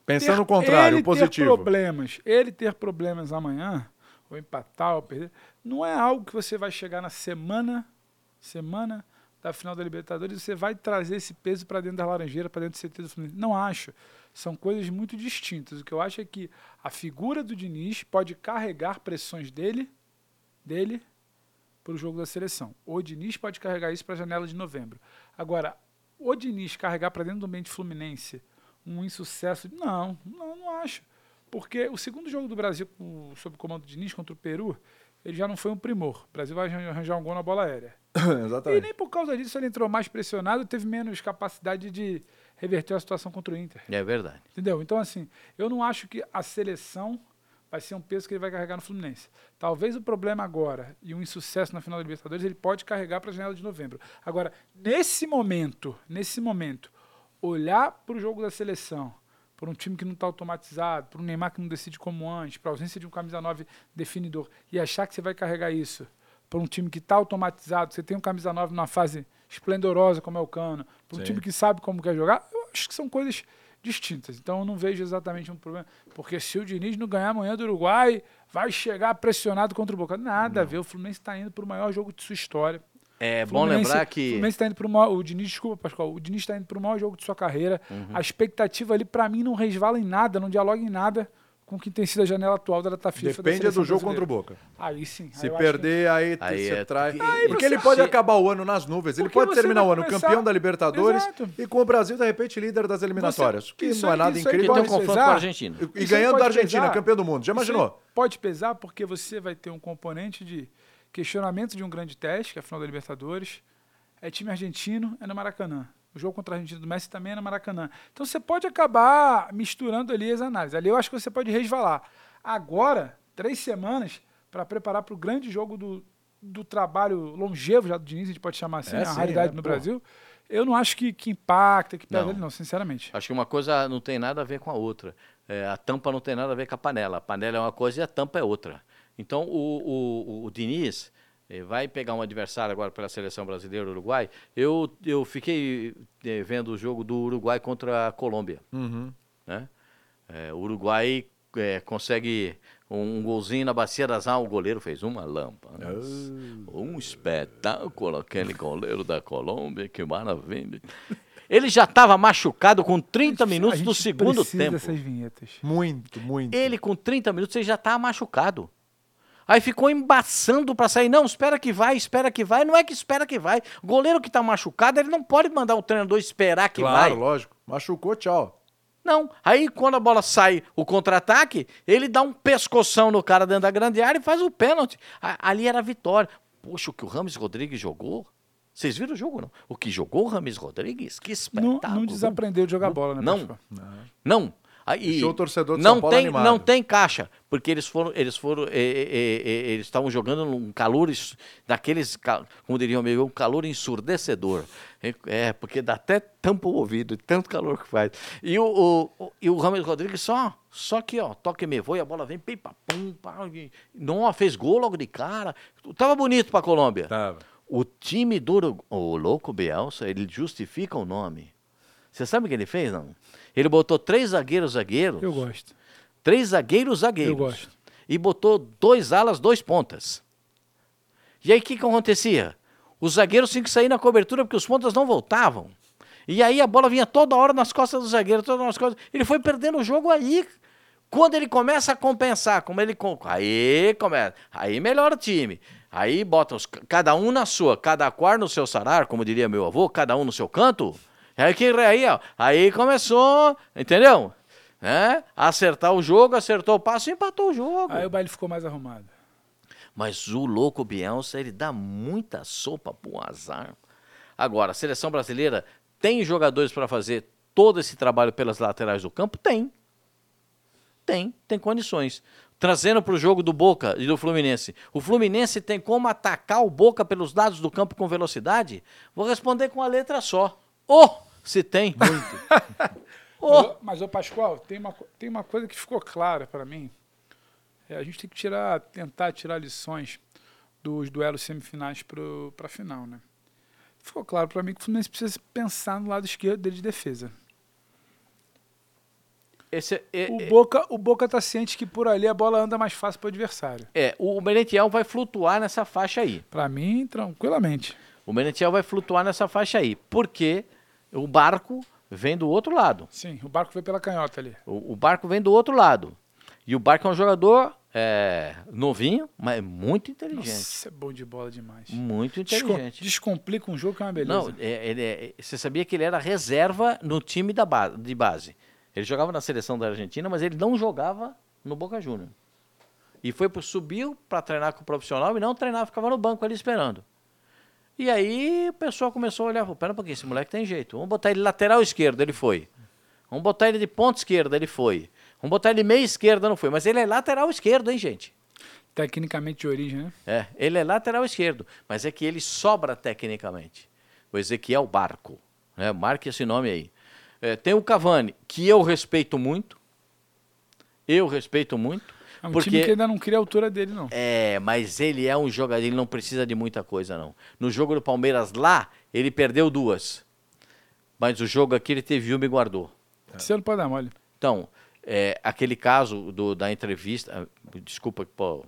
Speaker 3: Pensando
Speaker 2: ter-
Speaker 3: no contrário,
Speaker 2: ele
Speaker 3: o positivo.
Speaker 2: Ter problemas, ele ter problemas amanhã, ou empatar, ou perder, não é algo que você vai chegar na semana, semana da final da Libertadores, e você vai trazer esse peso para dentro da laranjeira, para dentro do CT do Fluminense. Não acho. São coisas muito distintas. O que eu acho é que a figura do Diniz pode carregar pressões dele, dele, para o jogo da seleção. O Diniz pode carregar isso para a janela de novembro. Agora, o Diniz carregar para dentro do ambiente fluminense um insucesso, não, não, não acho. Porque o segundo jogo do Brasil com- sob o comando do Diniz contra o Peru, ele já não foi um primor. O Brasil vai arran- arranjar um gol na bola aérea. E
Speaker 3: [LAUGHS] Exatamente.
Speaker 2: nem por causa disso ele entrou mais pressionado, teve menos capacidade de reverter a situação contra o Inter.
Speaker 4: É verdade.
Speaker 2: Entendeu? Então, assim, eu não acho que a seleção vai ser um peso que ele vai carregar no Fluminense. Talvez o problema agora e um insucesso na final da Libertadores ele pode carregar para a janela de novembro. Agora, nesse momento, nesse momento, olhar para o jogo da seleção, para um time que não está automatizado, para um Neymar que não decide como antes, para a ausência de um camisa 9 definidor e achar que você vai carregar isso para um time que está automatizado, você tem um camisa 9 numa fase esplendorosa como é o Cano, para um
Speaker 3: Sim.
Speaker 2: time que sabe como quer jogar, eu acho que são coisas distintas. Então eu não vejo exatamente um problema. Porque se o Diniz não ganhar amanhã do Uruguai, vai chegar pressionado contra o Boca. Nada a ver. O Fluminense está indo para o maior jogo de sua história.
Speaker 4: É bom
Speaker 2: Fluminense-
Speaker 4: lembrar
Speaker 2: O
Speaker 4: que.
Speaker 2: Fluminense está indo para o maior. O Diniz, desculpa, Pascoal. O Diniz tá
Speaker 3: Uhum.
Speaker 2: está indo para o maior jogo de sua carreira. A expectativa ali, para mim, não resvala em nada, não dialoga em nada com o que tem sido a janela atual da data FIFA.
Speaker 3: Depende é do jogo contra o Boca.
Speaker 2: Boca. Aí sim. aí
Speaker 3: Se
Speaker 2: eu acho
Speaker 3: perder, aí, tu-
Speaker 4: Aí
Speaker 3: você
Speaker 4: é-
Speaker 3: traz.
Speaker 4: e- e-
Speaker 3: porque ele
Speaker 4: se-
Speaker 3: pode acabar o ano nas nuvens. Ele
Speaker 2: Porque
Speaker 3: pode
Speaker 2: você
Speaker 3: terminar
Speaker 2: vai
Speaker 3: o ano
Speaker 2: começar-
Speaker 3: campeão da Libertadores
Speaker 2: Exato.
Speaker 3: e com o Brasil, de repente, líder das eliminatórias.
Speaker 2: Você-
Speaker 3: O que
Speaker 2: isso
Speaker 3: não é
Speaker 2: aí-
Speaker 3: nada
Speaker 2: isso aí
Speaker 3: incrível.
Speaker 4: Tem um
Speaker 2: pode
Speaker 3: mas-
Speaker 4: confronto com
Speaker 2: pesar.
Speaker 4: a Argentina.
Speaker 3: E- E
Speaker 2: Isso aí
Speaker 3: ganhando
Speaker 2: pode
Speaker 3: da Argentina,
Speaker 2: pesar.
Speaker 3: campeão do mundo. Já imaginou?
Speaker 2: Isso aí Pode pesar porque você vai ter um componente de questionamento de um grande teste, que é a final da Libertadores. É time argentino, é no Maracanã. O jogo contra a Argentina do Messi também é no Maracanã. Então você pode acabar misturando ali as análises. Ali eu acho que você pode resvalar. Agora, três semanas para preparar para o grande jogo do, do trabalho longevo já do Diniz, a gente pode chamar assim,
Speaker 3: É,
Speaker 2: né? a
Speaker 3: sim,
Speaker 2: raridade
Speaker 3: né?
Speaker 2: no
Speaker 3: Porra.
Speaker 2: Brasil. Eu não acho que, que impacta, que pega
Speaker 4: Não.
Speaker 2: ele, não, sinceramente.
Speaker 4: Acho que uma coisa não tem nada a ver com a outra. É, a tampa não tem nada a ver com a panela. A panela é uma coisa e a tampa é outra. Então, o, o, o Diniz eh, vai pegar um adversário agora pela seleção brasileira, Uruguai. Eu, eu fiquei eh, vendo o jogo do Uruguai contra a Colômbia. né? É, o Uruguai é, consegue um golzinho na bacia das almas, o goleiro fez uma lâmpada.
Speaker 2: Ah.
Speaker 4: Um espetáculo, aquele goleiro da Colômbia, que maravilha. Ele já estava machucado com 30
Speaker 2: A
Speaker 4: minutos
Speaker 2: gente
Speaker 4: do segundo
Speaker 2: precisa
Speaker 4: tempo.
Speaker 2: dessas vinhetas.
Speaker 3: Muito, muito.
Speaker 4: Ele com 30 minutos, ele já estava machucado. Aí ficou embaçando para sair. Não, espera que vai, espera que vai. Não é que espera que vai. Goleiro que está machucado, ele não pode mandar o treinador esperar é que
Speaker 3: Claro,
Speaker 4: vai.
Speaker 3: lógico. Machucou, tchau.
Speaker 4: Não. Aí quando a bola sai o contra-ataque, ele dá um pescoção no cara dentro da grande área e faz o pênalti. A- ali era a vitória. Poxa, o que o Rames Rodrigues jogou? Vocês viram o jogo, não? O que jogou o Rames Rodrigues? Que
Speaker 2: Não,
Speaker 4: espetáculo.
Speaker 2: não desaprendeu de jogar bola, né,
Speaker 4: Não.
Speaker 2: Pascoal?
Speaker 4: Não. Aí,
Speaker 3: Deixou o torcedor de
Speaker 4: não
Speaker 3: São Paulo
Speaker 4: tem,
Speaker 3: animado.
Speaker 4: Não tem caixa, porque eles foram, eles foram, eh, eh, eh, eh, eles estavam jogando num calor, ins- daqueles, ca- como diria o meu, um calor ensurdecedor. É, É, porque dá até tampa o ouvido, de tanto calor que faz. E o, o, o- e o Ramos Rodrigues só, só que, ó, toque me voa e a bola vem, pim, pá, pum, pá, e- não, ó, fez gol logo de cara. Tava bonito pra Colômbia.
Speaker 3: Tava.
Speaker 4: O time do Uruguai, o louco Bielsa, ele justifica o nome. Você sabe o que ele fez, não? Ele botou três zagueiros zagueiros.
Speaker 2: Eu gosto.
Speaker 4: Três zagueiros zagueiros.
Speaker 2: Eu gosto.
Speaker 4: E botou dois alas, dois pontas. E aí o que, que acontecia? Os zagueiros tinham que sair na cobertura porque os pontas não voltavam. E aí a bola vinha toda hora nas costas do zagueiro, toda hora nas costas. Ele foi perdendo o jogo aí. Quando ele começa a compensar, como ele com- aí começa, aí melhora o time. Aí bota os- cada um na sua, cada qual no seu sarar, como diria meu avô, cada um no seu canto. Aí que aí, ó, aí começou, entendeu? Né? Acertar o jogo, acertou o passo, e empatou o jogo.
Speaker 2: Aí o baile ficou mais arrumado.
Speaker 4: Mas o louco Bielsa, ele dá muita sopa pro azar. Agora, a seleção brasileira tem jogadores para fazer todo esse trabalho pelas laterais do campo? Tem. Tem, tem condições. Trazendo para o jogo do Boca e do Fluminense. O Fluminense tem como atacar o Boca pelos lados do campo com velocidade? Vou responder com a letra só. Oh, se tem. Muito. [LAUGHS]
Speaker 2: Mas,
Speaker 4: oh,
Speaker 2: ô- Mas, ô Pascoal, tem uma, co- tem uma coisa que ficou clara para mim. É, a gente tem que tirar, tentar tirar lições dos duelos semifinais para a final, né? Ficou claro para mim que o Fluminense precisa pensar no lado esquerdo dele de defesa.
Speaker 4: esse, é- é,
Speaker 2: O Boca, o Boca tá ciente que por ali a bola anda mais fácil para o adversário.
Speaker 4: é, o Merentiel vai flutuar nessa faixa aí.
Speaker 2: Para mim, tranquilamente.
Speaker 4: O Merentiel vai flutuar nessa faixa aí, porque o barco vem do outro lado.
Speaker 2: Sim, o barco veio pela canhota ali.
Speaker 4: O, o barco vem do outro lado. E o barco é um jogador é, novinho, mas é muito inteligente.
Speaker 2: Nossa, é bom de bola demais.
Speaker 4: Muito
Speaker 2: Descom-
Speaker 4: inteligente.
Speaker 2: Descomplica um jogo que é uma beleza.
Speaker 4: Não, é- ele é- você sabia que ele era reserva no time da ba- de base. Ele jogava na seleção da Argentina, mas ele não jogava no Boca Júnior. E foi pro, subiu para treinar com o profissional e não treinava, ficava no banco ali esperando. E aí o pessoal começou a olhar, falou, pera um pouquinho, esse moleque tem jeito. Vamos botar ele lateral esquerdo, ele foi. Vamos botar ele de ponta esquerda, ele foi. Vamos botar ele meia esquerda, não foi. Mas ele é lateral esquerdo, hein, gente?
Speaker 2: Tecnicamente de origem, né?
Speaker 4: É, ele é lateral esquerdo, mas é que ele sobra tecnicamente. O Ezequiel Barco, né? marque esse nome aí. É, tem o Cavani, que eu respeito muito. Eu respeito muito.
Speaker 2: É um
Speaker 4: porque
Speaker 2: time que ainda não cria a altura dele, não.
Speaker 4: é, mas ele é um jogador, ele não precisa de muita coisa, não. No jogo do Palmeiras lá, ele perdeu duas. Mas o jogo aqui ele teve uma e guardou.
Speaker 3: É.
Speaker 2: Você não pode dar mole.
Speaker 4: Então, é, aquele caso do- da entrevista, ah, desculpa, pô,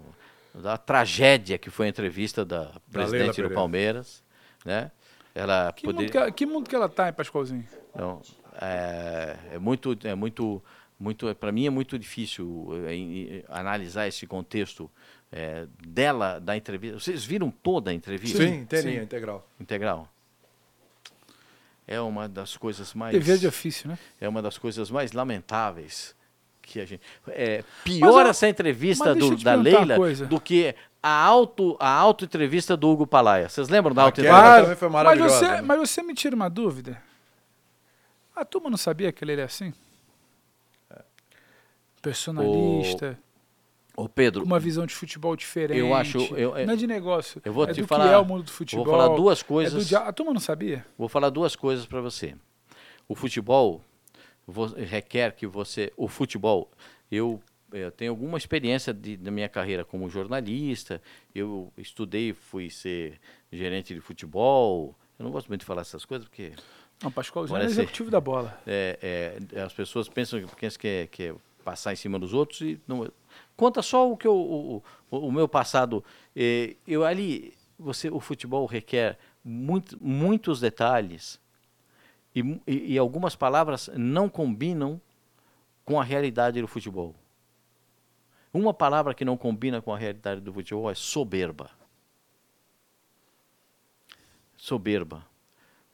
Speaker 4: da tragédia que foi a entrevista da, presidente do
Speaker 3: Pereira.
Speaker 4: Palmeiras, né? Ela
Speaker 2: Que, mundo que,
Speaker 4: poderia.
Speaker 2: ela, que mundo que ela tá, hein, Pascoalzinho?
Speaker 4: Não, é, é muito, é muito, muito para mim é muito difícil eh, em- em- analisar esse contexto eh, dela da entrevista. Vocês viram toda a entrevista
Speaker 3: Sim, inteirinha, integral.
Speaker 4: integral? É uma das coisas mais
Speaker 2: TV de ofício, né?
Speaker 4: é uma das coisas mais lamentáveis que a gente. É, pior
Speaker 2: eu-
Speaker 4: essa entrevista
Speaker 2: mas deixa
Speaker 4: do-
Speaker 2: eu te
Speaker 4: da
Speaker 2: perguntar uma
Speaker 4: Leila
Speaker 2: coisa.
Speaker 4: do que a auto a auto entrevista do Hugo Palaia. Vocês lembram da auto
Speaker 3: Aquela
Speaker 4: entrevista?
Speaker 3: também foi
Speaker 2: Mas
Speaker 3: maravilhosa.
Speaker 2: você,
Speaker 3: né?
Speaker 2: mas você me tira uma dúvida. A turma não sabia que ele era assim?
Speaker 3: É.
Speaker 2: Personalista,
Speaker 4: Ô
Speaker 2: com
Speaker 4: Pedro,
Speaker 2: uma visão de futebol diferente.
Speaker 4: Eu acho- eu- eu-
Speaker 2: não é de negócio.
Speaker 4: eu vou
Speaker 2: é
Speaker 4: te
Speaker 2: do
Speaker 4: falar-
Speaker 2: que é o mundo do
Speaker 4: vou
Speaker 2: futebol.
Speaker 4: falar duas
Speaker 2: é do
Speaker 4: coisas.
Speaker 2: dia- A turma não sabia?
Speaker 4: vou falar duas coisas para você. O futebol vo- requer que você. O futebol, eu, eu tenho alguma experiência de- da minha carreira como jornalista. Eu estudei, fui ser gerente de futebol. Eu não gosto muito de falar essas coisas porque
Speaker 2: Não, Pascoalzinho era
Speaker 4: Parece-
Speaker 2: executivo da bola.
Speaker 4: é, é, as pessoas pensam, que- pensam que, é, que é passar em cima dos outros e não é. conta só o que eu, o, o- o meu passado É, eu ali você o futebol requer muito, muitos detalhes e, mu- e- e algumas palavras não combinam com a realidade do futebol uma palavra que não combina com a realidade do futebol é soberba soberba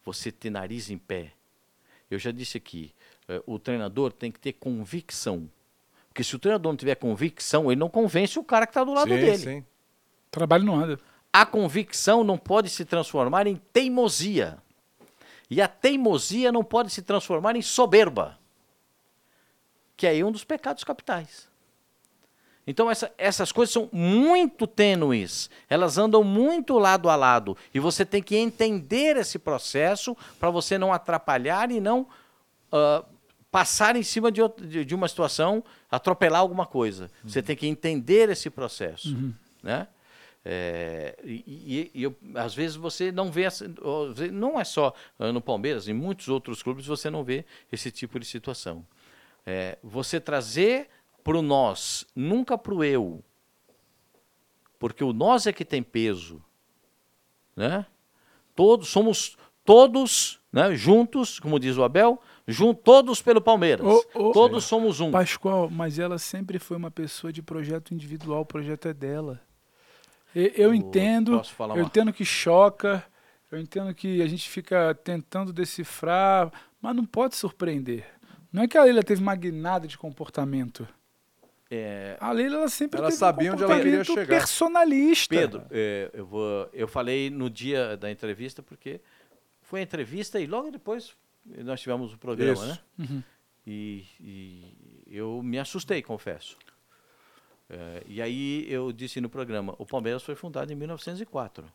Speaker 4: você ter nariz em pé eu já disse aqui, eh, o treinador tem que ter convicção. Porque se o treinador não tiver convicção, ele não convence o cara que está do lado
Speaker 3: sim,
Speaker 4: dele.
Speaker 3: sim.
Speaker 2: Trabalho não anda.
Speaker 4: A convicção não pode se transformar em teimosia. E a teimosia não pode se transformar em soberba, que aí é um dos pecados capitais. Então, essa- essas coisas são muito tênues, elas andam muito lado a lado. E você tem que entender esse processo para você não atrapalhar e não ah, passar em cima de, outra- de- de uma situação, atropelar alguma coisa. Você tem que entender esse processo. Né? É, e, e- e eu- às vezes você não vê, essa- ó, às vezes não é só ah, no Palmeiras, em muitos outros clubes você não vê esse tipo de situação. É, você trazer para o nós, nunca para o eu, porque o nós é que tem peso, né? Todos somos todos, né, juntos, como diz o Abel, jun, todos pelo Palmeiras.
Speaker 2: Ô, ô,
Speaker 4: todos somos um.
Speaker 2: Pascoal, mas ela sempre foi uma pessoa de projeto individual, o projeto é dela. E- Eu
Speaker 4: Ô,
Speaker 2: entendo,
Speaker 4: posso falar
Speaker 2: eu
Speaker 4: uma-
Speaker 2: entendo que choca, eu entendo que a gente fica tentando decifrar, mas não pode surpreender. Não é que a Leila teve uma guinada de comportamento.
Speaker 4: É,
Speaker 2: A Leila ela sempre
Speaker 3: Ela
Speaker 2: teve
Speaker 3: sabia
Speaker 2: um
Speaker 3: onde ela queria
Speaker 2: comportamento
Speaker 3: chegar.
Speaker 2: personalista.
Speaker 4: Pedro, é, eu, vou, eu falei no dia da entrevista, porque foi a entrevista e logo depois nós tivemos o programa,
Speaker 3: Isso.
Speaker 4: né? E, e eu me assustei, confesso. É, e aí eu disse no programa, o Palmeiras foi fundado em 1904,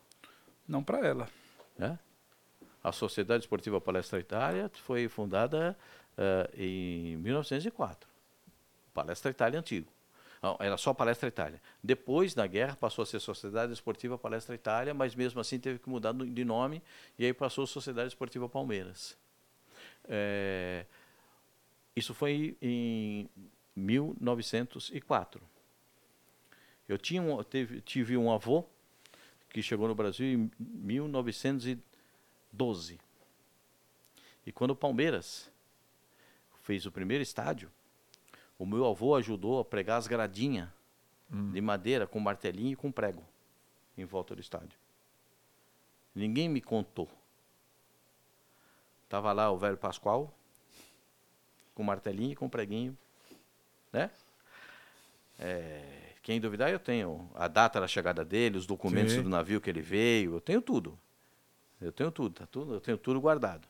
Speaker 2: Não para ela.
Speaker 4: né? A Sociedade Esportiva Palestra Itália foi fundada eh, em 1904. Palestra Itália antigo. Não, era só Palestra Itália. Depois da guerra passou a ser Sociedade Esportiva Palestra Itália, mas mesmo assim teve que mudar no- de nome e aí passou a Sociedade Esportiva Palmeiras. Eh, isso foi em 1904. Eu tinha um, teve- tive um avô que chegou no Brasil em 1912. E quando o Palmeiras fez o primeiro estádio, o meu avô ajudou a pregar as gradinhas de madeira com martelinho e com prego em volta do estádio. Ninguém me contou. Tava lá o velho Pascoal com martelinho e com preguinho, né? É, quem duvidar eu tenho a data da chegada dele, os documentos
Speaker 3: Sim.
Speaker 4: do navio que ele veio, eu tenho tudo. Eu tenho tudo, tá tudo, eu tenho tudo guardado.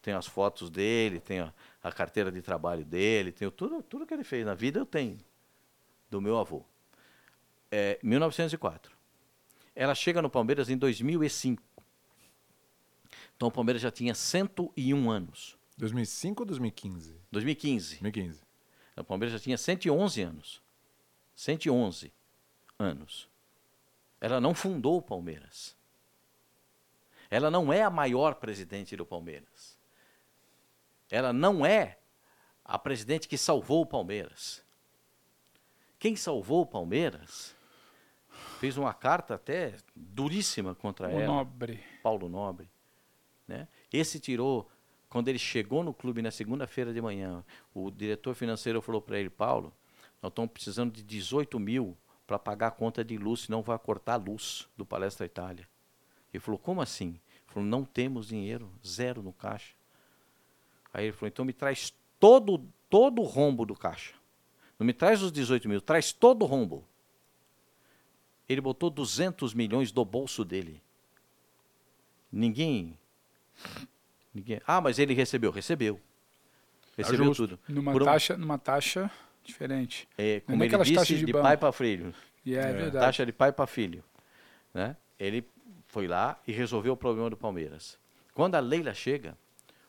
Speaker 4: Tenho as fotos dele, tenho a, a carteira de trabalho dele, tenho tudo, tudo que ele fez na vida eu tenho do meu avô. É, 1904. Ela chega no Palmeiras em 2005. Então o Palmeiras já tinha 101 anos.
Speaker 3: 2005 ou 2015?
Speaker 4: 2015.
Speaker 3: 2015.
Speaker 4: O Palmeiras já tinha 111 anos. 111 anos. Ela não fundou o Palmeiras. Ela não é a maior presidente do Palmeiras. Ela não é a presidente que salvou o Palmeiras. Quem salvou o Palmeiras fez uma carta até duríssima contra
Speaker 2: O
Speaker 4: ela.
Speaker 2: um nobre.
Speaker 4: Paulo Nobre. Né? Esse tirou Quando ele chegou no clube na segunda-feira de manhã, o diretor financeiro falou para ele, Paulo, nós estamos precisando de 18 mil para pagar a conta de luz, senão vai cortar a luz do Palestra Itália. Ele falou, como assim? Ele falou, não temos dinheiro, zero no caixa. Aí ele falou, então me traz todo, todo o rombo do caixa. Não me traz os 18 mil, traz todo o rombo. Ele botou 200 milhões do bolso dele. Ninguém. Ninguém. Ah, mas ele recebeu, recebeu. Recebeu
Speaker 2: justo.
Speaker 4: tudo.
Speaker 2: Numa
Speaker 4: Por um-
Speaker 2: taxa, numa taxa diferente.
Speaker 4: é,
Speaker 2: nem
Speaker 4: como ele
Speaker 2: aquelas
Speaker 4: disse,
Speaker 2: taxas
Speaker 4: de,
Speaker 2: de
Speaker 4: pai
Speaker 2: banco.
Speaker 4: para filho.
Speaker 2: E é, verdade.
Speaker 4: Taxa de pai para filho. Né? Ele foi lá e resolveu o problema do Palmeiras. Quando a Leila chega,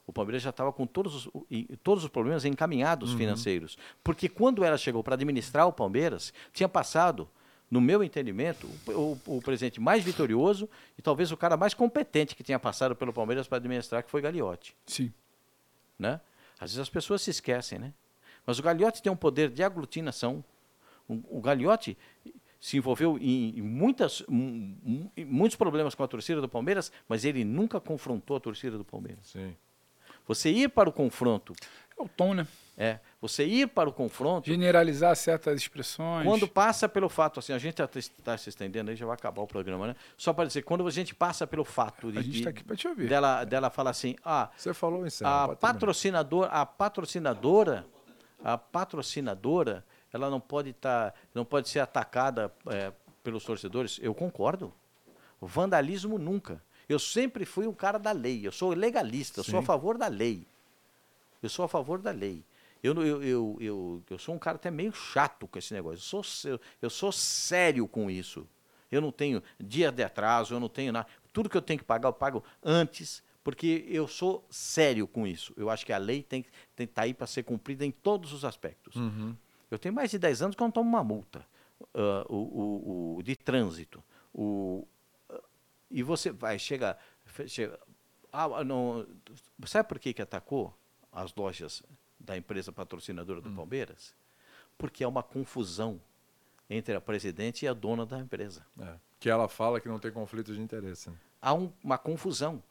Speaker 4: o Palmeiras já estava com todos os, o- e- todos os problemas encaminhados financeiros. Porque quando ela chegou para administrar o Palmeiras, tinha passado, no meu entendimento, o, o- o presidente mais vitorioso e talvez o cara mais competente que tinha passado pelo Palmeiras para administrar, que foi Gagliotti
Speaker 2: Sim.
Speaker 4: né? Às vezes as pessoas se esquecem, né? Mas o Gagliotti tem um poder de aglutinação. O, o Gagliotti se envolveu em, em muitas, mu- mu- em muitos problemas com a torcida do Palmeiras, mas ele nunca confrontou a torcida do Palmeiras.
Speaker 3: Sim.
Speaker 4: Você ir para o confronto,
Speaker 2: É o tom, né?
Speaker 4: é, você ir para o confronto,
Speaker 2: Generalizar certas expressões.
Speaker 4: quando passa pelo fato, assim, a gente está se estendendo aí, já vai acabar o programa, né? Só para dizer, quando a gente passa pelo fato de,
Speaker 2: a gente
Speaker 4: de-
Speaker 2: está aqui para te ouvir.
Speaker 4: dela, dela falar assim, ah,
Speaker 3: Você falou em cena.
Speaker 4: a patrocinadora, a patrocinadora, a patrocinadora, ela não pode estar, não pode ser atacada eh, pelos torcedores. Eu concordo. Vandalismo nunca. Eu sempre fui um cara da lei. Eu sou legalista. Eu sou a favor da lei. Eu sou a favor da lei. Eu, não- eu, eu, eu, eu sou um cara até meio chato com esse negócio. Eu sou, sé- eu, sou sério com isso. Eu não tenho dia de atraso, eu não tenho nada. Tudo que eu tenho que pagar, eu pago antes, porque eu sou sério com isso. Eu acho que a lei tem que estar aí para ser cumprida em todos os aspectos. Eu tenho mais de 10 anos que eu não tomo uma multa ah, o, o- o- de trânsito. O, e você vai, chega. fe- chega ah, não, sabe por que, que atacou as lojas da empresa patrocinadora do
Speaker 3: Hum.
Speaker 4: Palmeiras? Porque é uma confusão entre a presidente e a dona da empresa.
Speaker 3: É, que ela fala que não tem conflito de interesse. né?
Speaker 4: Há um- uma confusão.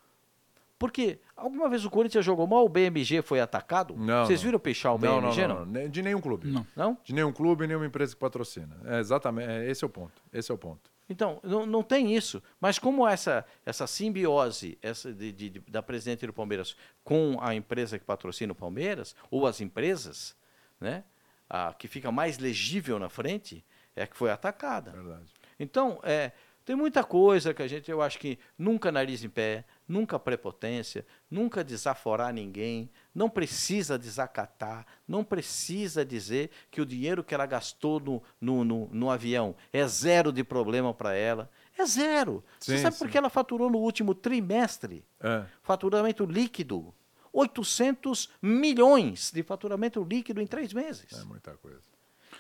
Speaker 4: Porque alguma vez o Corinthians jogou mal, o BMG foi atacado?
Speaker 3: Não,
Speaker 4: Vocês
Speaker 3: não.
Speaker 4: viram pichar o
Speaker 3: não, não,
Speaker 4: BMG?
Speaker 3: não, não. De nenhum clube.
Speaker 2: Não.
Speaker 4: Não?
Speaker 3: De nenhum clube, nenhuma empresa que patrocina. É, exatamente. é, esse é o ponto. Esse é o ponto.
Speaker 4: Então, não, não tem isso. Mas como essa, essa simbiose essa de- de- de- da presidente do Palmeiras com a empresa que patrocina o Palmeiras, ou as empresas, né, a que fica mais legível na frente, é a que foi atacada.
Speaker 3: Verdade.
Speaker 4: Então, é, tem muita coisa que a gente, eu acho que nunca nariz em pé, nunca prepotência, nunca desaforar ninguém, não precisa desacatar, não precisa dizer que o dinheiro que ela gastou no, no, no- no avião é zero de problema para ela. É zero. Você
Speaker 3: Sim,
Speaker 4: sabe
Speaker 3: sim.
Speaker 4: por que ela faturou no último trimestre?
Speaker 3: É.
Speaker 4: Faturamento líquido. 800 milhões de faturamento líquido em três meses.
Speaker 3: É muita coisa.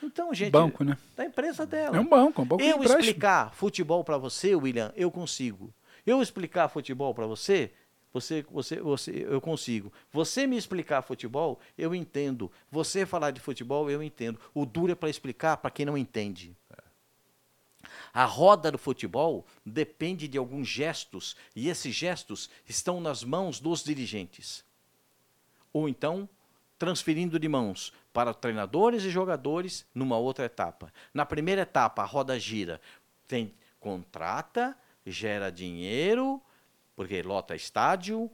Speaker 4: Então, gente,
Speaker 2: Banco, né?
Speaker 4: da empresa dela.
Speaker 2: É um banco, é um banco de
Speaker 4: Eu
Speaker 2: empréstimo.
Speaker 4: explicar futebol para você, William, eu consigo. Eu explicar futebol para você, você, você, você, eu consigo. Você me explicar futebol, eu entendo. Você falar de futebol, eu entendo. O duro é para explicar para quem não entende. A roda do futebol depende de alguns gestos e esses gestos estão nas mãos dos dirigentes ou então transferindo de mãos para treinadores e jogadores numa outra etapa. Na primeira etapa, a roda gira, tem contrata, gera dinheiro, porque lota estádio,